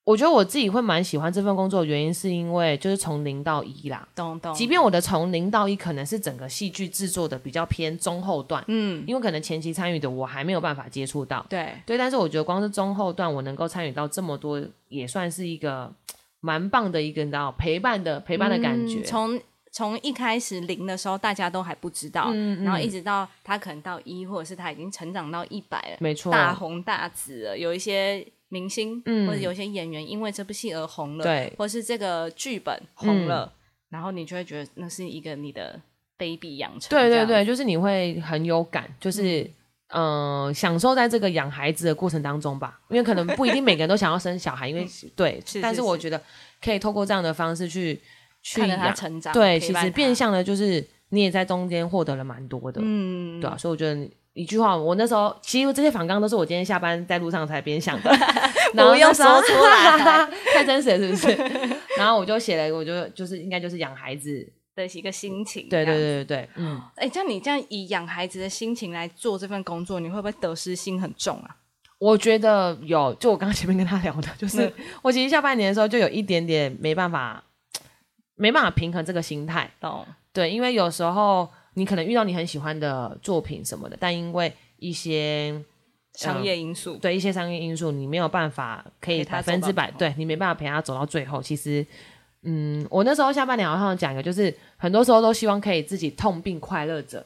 C: 我觉得我自己会蛮喜欢这份工作，原因是因为就是从零到一啦。
B: 懂懂，
C: 即便我的从零到一可能是整个戏剧制作的比较偏中后段，
B: 嗯，
C: 因为可能前期参与的我还没有办法接触到。
B: 对，
C: 对，但是我觉得光是中后段我能够参与到这么多，也算是一个蛮棒的一个你知道陪伴的陪伴的感觉。
B: 嗯从从一开始零的时候，大家都还不知道，
C: 嗯嗯
B: 然后一直到他可能到一，或者是他已经成长到一百了，
C: 没错，
B: 大红大紫了，有一些明星、
C: 嗯
B: 或者有一些演员因为这部戏而红了，
C: 对嗯
B: 或是这个剧本红了，然后你就会觉得那是一个你的 baby 养成，
C: 对
B: 这
C: 对
B: 样
C: 对，，就是你会很有感，就是嗯、呃享受在这个养孩子的过程当中吧。因为可能不一定每个人都想要生小 孩，因为对，
B: 嗯是
C: 但
B: 是
C: 是我
B: 是
C: 觉得可以透过这样的方式去去
B: 看着他
C: 养，
B: 成长，
C: 对，
B: 陪
C: 其
B: 伴
C: 实
B: 他
C: 变，相的就是你也在中间获得了蛮多的，
B: 嗯，
C: 对啊，所以我觉得你。一句话，我那时候其实这些反纲都是我今天下班在路上才边 想的，然后
B: 不用
C: 那时
B: 说
C: 候
B: 出来，
C: 太真实了是不是？ 然后我就写了，我就就是应该就是养孩子，
B: 的一个心情，
C: 对
B: 这
C: 对
B: 样。
C: 对对对，嗯，
B: 哎、像你这样以养孩子的心情来做这份工作，你会不会得失心很重啊？
C: 我觉得有，就我刚刚前面跟他聊的，就是我其实下半年的时候就有一点点没办法，没办法平衡这个心态。
B: 懂，
C: 对，因为有时候你可能遇到你很喜欢的作品什么的，但因为一些
B: 商业因素，
C: 嗯对一些商业因素，你没有办法可以
B: 陪他
C: 百
B: 走到
C: 分之百
B: 最，后
C: 对你没办法陪他走到最后。其实，嗯，我那时候下半年好像讲一个，就是很多时候都希望可以自己痛并快乐着，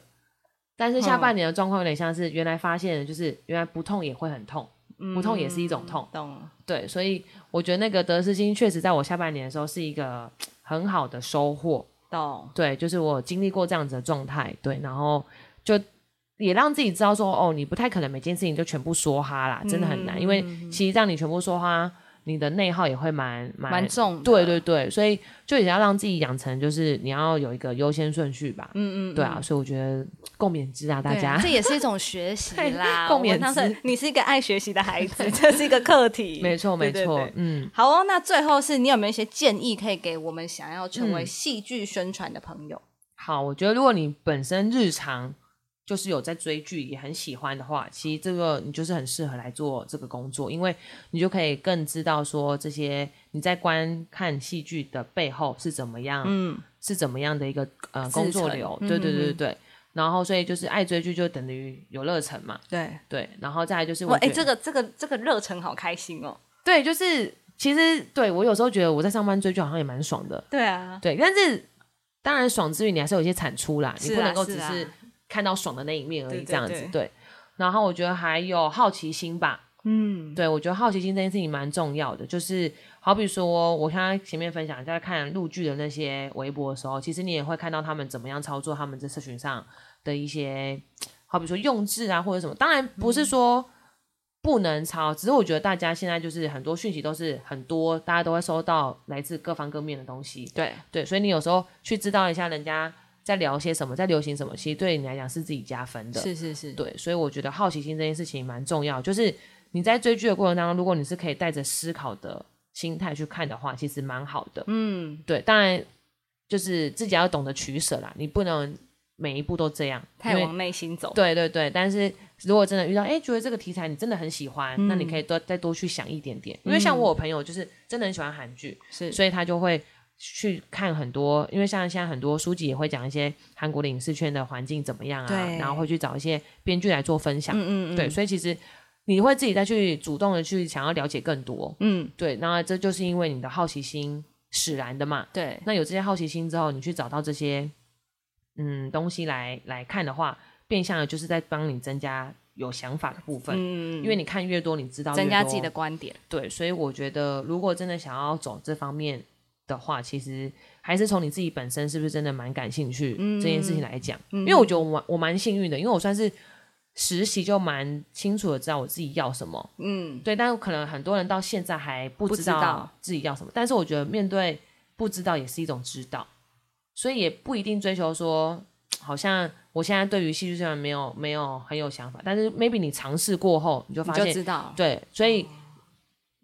C: 但是下
B: 嗯
C: 半年的状况有点像是原来发现，就是原来不痛也会很痛。
B: 嗯
C: 不痛也是一种痛
B: 懂，
C: 对，所以我觉得那个得失心确实在我下半年的时候是一个很好的收获。
B: 懂，
C: 对，就是我经历过这样子的状态，对，然后就也让自己知道说，哦，你不太可能每件事情就全部说哈啦，真的很
B: 嗯
C: 难，因为其实让你全部说哈，你的内耗也会蛮蛮
B: 蛮重的，
C: 对对对，所以就也要让自己养成，就是你要有一个优先顺序吧。
B: 嗯，嗯嗯，
C: 对啊，所以我觉得共勉之啊，大
B: 对
C: 家
B: 这。也是一种学习啦。
C: 共
B: 我们
C: 勉
B: 当
C: 之
B: 时你是一个爱学习的孩 子，这是一个课题。
C: 没错，没
B: 对对
C: 错，
B: 对
C: 嗯，
B: 好哦，那最后是你有没有一些建议可以给我们想要成为
C: 嗯
B: 戏剧宣传的朋友？
C: 好，我觉得如果你本身日常就是有在追剧，也很喜欢的话，其实这个你就是很适合来做这个工作，因为你就可以更知道说这些你在观看戏剧的背后是怎么样，
B: 嗯，
C: 是怎么样的一个呃
B: 制
C: 工作
B: 成
C: 流。
B: 嗯
C: 对对
B: 嗯
C: 对
B: 嗯
C: 对。然后，所以就是爱追剧就等于有热忱嘛，
B: 对。
C: 对。然后再来就是
B: 哇，
C: 我
B: 哎、这
C: 觉得
B: 个这个这个热忱好开心哦。
C: 对，就是其实对我有时候觉得我在上班追剧好像也蛮爽的，
B: 对啊，
C: 对，但是当然爽之余，你还是有一些产出啦，
B: 是啊
C: 你不能够
B: 是
C: 只
B: 啊
C: 是看到爽的那一面而
B: 对
C: 已，
B: 对
C: 这样子
B: 对
C: 对。然后我觉得还有好奇心吧，
B: 嗯，
C: 对我觉得好奇心这件事情蛮重要的，就是好比说我刚刚前面分享在看陆剧的那些微博的时候，其实你也会看到他们怎么样操作他们在社群上的一些，好比说用字啊或者什么，当然不
B: 嗯
C: 是说。不能抄，只是我觉得大家现在就是很多讯息都是很多，大家都会收到来自各方各面的东西。
B: 对，
C: 对，所以你有时候去知道一下人家在聊些什么，在流行什么，其实对你来讲是自己加分的。
B: 是是是，
C: 对，所以我觉得好奇心这件事情蛮重要，就是你在追剧的过程当中，如果你是可以带着思考的心态去看的话，其实蛮好的。
B: 嗯，
C: 对，当然就是自己要懂得取舍啦，你不能每一步都这样，
B: 太
C: 因为
B: 往内心走。
C: 对对对，但是如果真的遇到，哎，觉得这个题材你真的很喜欢，那你
B: 嗯
C: 可以多再多去想一点点，因为像我有朋友就是真的很喜欢韩剧，
B: 是，
C: 所以他就会去看很多，因为像现在很多书籍也会讲一些韩国的影视圈的环境怎么样啊
B: 对，
C: 然后会去找一些编剧来做分享，
B: 嗯嗯嗯，
C: 对，所以其实你会自己再去主动的去想要了解更多，
B: 嗯，
C: 对，那这就是因为你的好奇心使然的嘛。
B: 对，
C: 那有这些好奇心之后，你去找到这些嗯东西来来看的话，变相的就是在帮你增加有想法的部分，
B: 嗯，
C: 因为你看越多，你知道越
B: 增加
C: 多
B: 自己的观点。
C: 对，所以我觉得，如果真的想要走这方面的话，其实还是从你自己本身是不是真的蛮感兴趣
B: 嗯
C: 这件事情来讲。
B: 嗯
C: 因为我觉得我蛮我蛮幸运的，因为我算是实习就蛮清楚的知道我自己要什么。
B: 嗯，
C: 对，但可能很多人到现在还不
B: 不
C: 知
B: 知道
C: 道自己要什么。但是我觉得面对不知道也是一种知道，所以也不一定追求说，好像我现在对于戏剧虽然没有没有很有想法，但是 maybe 你尝试过后，你就
B: 你
C: 发
B: 就
C: 现
B: 知道。
C: 对，所以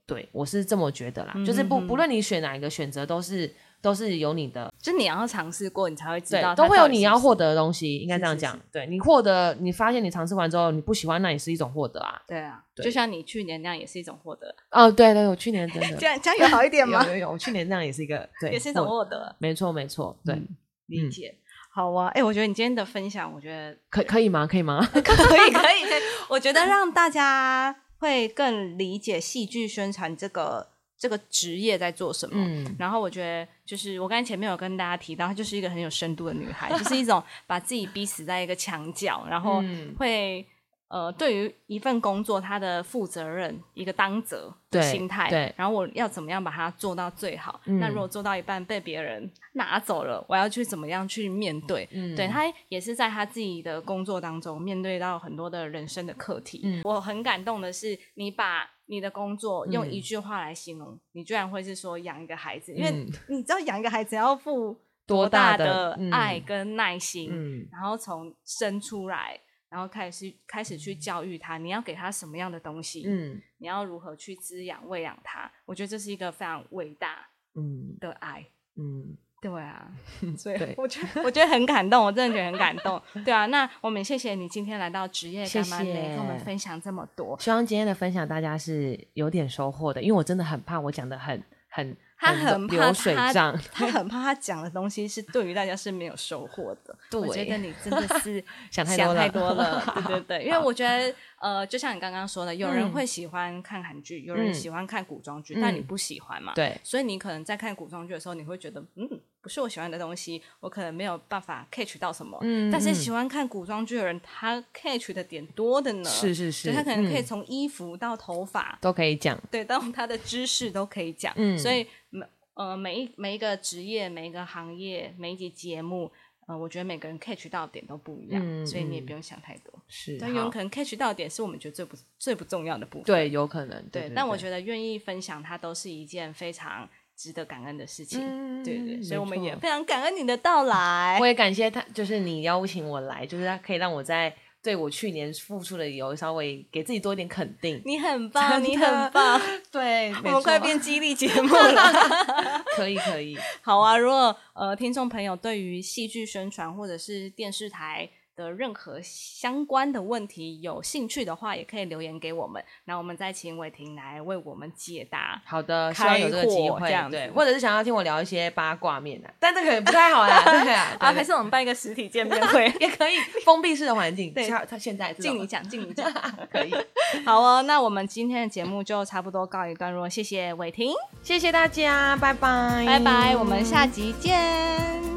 C: 对我是这么觉得啦，就是不
B: 嗯嗯嗯
C: 不论你选哪一个选择，都是都是有你的，
B: 就你要尝试过，你才会知
C: 对
B: 道，它
C: 都会有
B: 到底
C: 你
B: 是
C: 要
B: 不是
C: 获得的东西，应该
B: 是
C: 这样
B: 是
C: 讲
B: 是。
C: 对你获得，你发现你尝试完之后，你不喜欢，那也是一种获得啊。
B: 对啊，
C: 对
B: 就像你去年那样，也是一种 获得。
C: 哦，对对，我去年真的
B: 样这样有好一点
C: 有有有，我去年这样也是一个对，
B: 也是一种
C: 获嗯
B: 获得，
C: 没错没错，对，
B: 理解。 好啊，哎、我觉得你今天的分享，我觉 得
C: 可可以吗？可以吗？
B: 可以，可以，可 以。我觉得让大家会更理解戏剧宣传这个这个职业在做什么。
C: 嗯，
B: 然后我觉得，就是我刚才前面有跟大家提到，她就是一个很有深度的女孩，就是一 种把自己逼死在一个墙角，然后
C: 嗯
B: 会、呃，对于一份工作，她的负责任、一个当责的
C: 对
B: 心态，
C: 对
B: 然后我要怎么样把它做到最好？
C: 嗯
B: 那如果做到一半被别人拿走了，我要去怎么样去面对？
C: 嗯
B: 对她也是在她自己的工作当中面对到很多的人生的课题。
C: 嗯
B: 我很感动的是，你把你的工作用
C: 嗯
B: 一句话来形容，你居然会是说养一个孩子，因为
C: 嗯
B: 你知道养一个孩子要付
C: 多
B: 大
C: 大的嗯
B: 爱跟耐心，
C: 嗯
B: 然后从生出来，然后开始开始去教育他，你要给他什么样的东西，
C: 嗯
B: 你要如何去滋养喂养他，我觉得这是一个非常伟大
C: 嗯
B: 的爱。
C: 嗯，
B: 对啊，所以
C: 对
B: 我觉 得我觉得很感动，我真的觉得很感动。对啊，那我们谢谢你今天来到职业
C: 谢
B: 干妈
C: 谢
B: 内跟我们分享这么多。
C: 希望今天的分享大家是有点收获的，因为我真的很怕我讲的很很
B: 他很怕
C: 流水
B: 他
C: 账，
B: 他很怕他讲的东西是对于大家是没有收获的。我觉
C: 对
B: 得你真的是
C: 想太
B: 想
C: 多了
B: 太多了， 对对对，因为我觉得呃，就像你刚刚说的，有人会喜欢看韩剧，有人
C: 嗯
B: 喜欢看古装剧，
C: 嗯
B: 但你不喜欢嘛？
C: 对，
B: 所以你可能在看古装剧的时候，你会觉得嗯，不是我喜欢的东西，我可能没有办法 catch 到什么。
C: 嗯
B: 但是
C: 嗯
B: 喜欢看古装剧的人，他 catch 的点多的呢。
C: 是是是，
B: 对他可能可以
C: 嗯
B: 从衣服到头发，
C: 都可以讲，
B: 对，到他的知识都可以讲。
C: 嗯
B: 所以每呃每一每一个职业、每一个行业、每一集节目，呃，我觉得每个人 catch 到的点都不一样，
C: 嗯
B: 所以你也不
C: 嗯
B: 用想太多。
C: 是
B: 但有人
C: 好
B: 可能 catch 到的点是我们觉得最不最不重要的部分。
C: 对，有可能
B: 对
C: 对，
B: 但我
C: 得
B: 觉得愿意分享它都是一件非常值得感恩的事情。
C: 嗯
B: 对对，
C: 没
B: 所以我们也
C: 错
B: 非常感恩你的到来
C: 我。也感谢他，就是你邀请我来，就是他可以让我在对我去年付出的有稍微给自己多一点肯定。
B: 你很棒，
C: 真的
B: 你很棒，
C: 对，
B: 我
C: 没
B: 们快
C: 错
B: 变激励节 目了。
C: 可以 可以，
B: 好啊，如果呃听众朋友对于戏剧宣传或者是电视台。的任何相关的问题有兴趣的话，也可以留言给我们，那我们再请伟霆来为我们解答。
C: 好的，希望有这个机
B: 开火
C: 会，
B: 这样子
C: 对，或者是想要听我聊一些八卦面啊，但这个也不太 好啦，对啊，
B: 啊，
C: 对。
B: 还是我们办一个实体见面会
C: 也可以封闭式的环境，
B: 对
C: 他他现在这
B: 敬
C: 种
B: 你讲，敬你讲，
C: 可以，
B: 好哦。那我们今天的节目就差不多告一段落，谢谢伟霆，
C: 谢谢大家，拜拜，
B: 拜拜，我们下集见。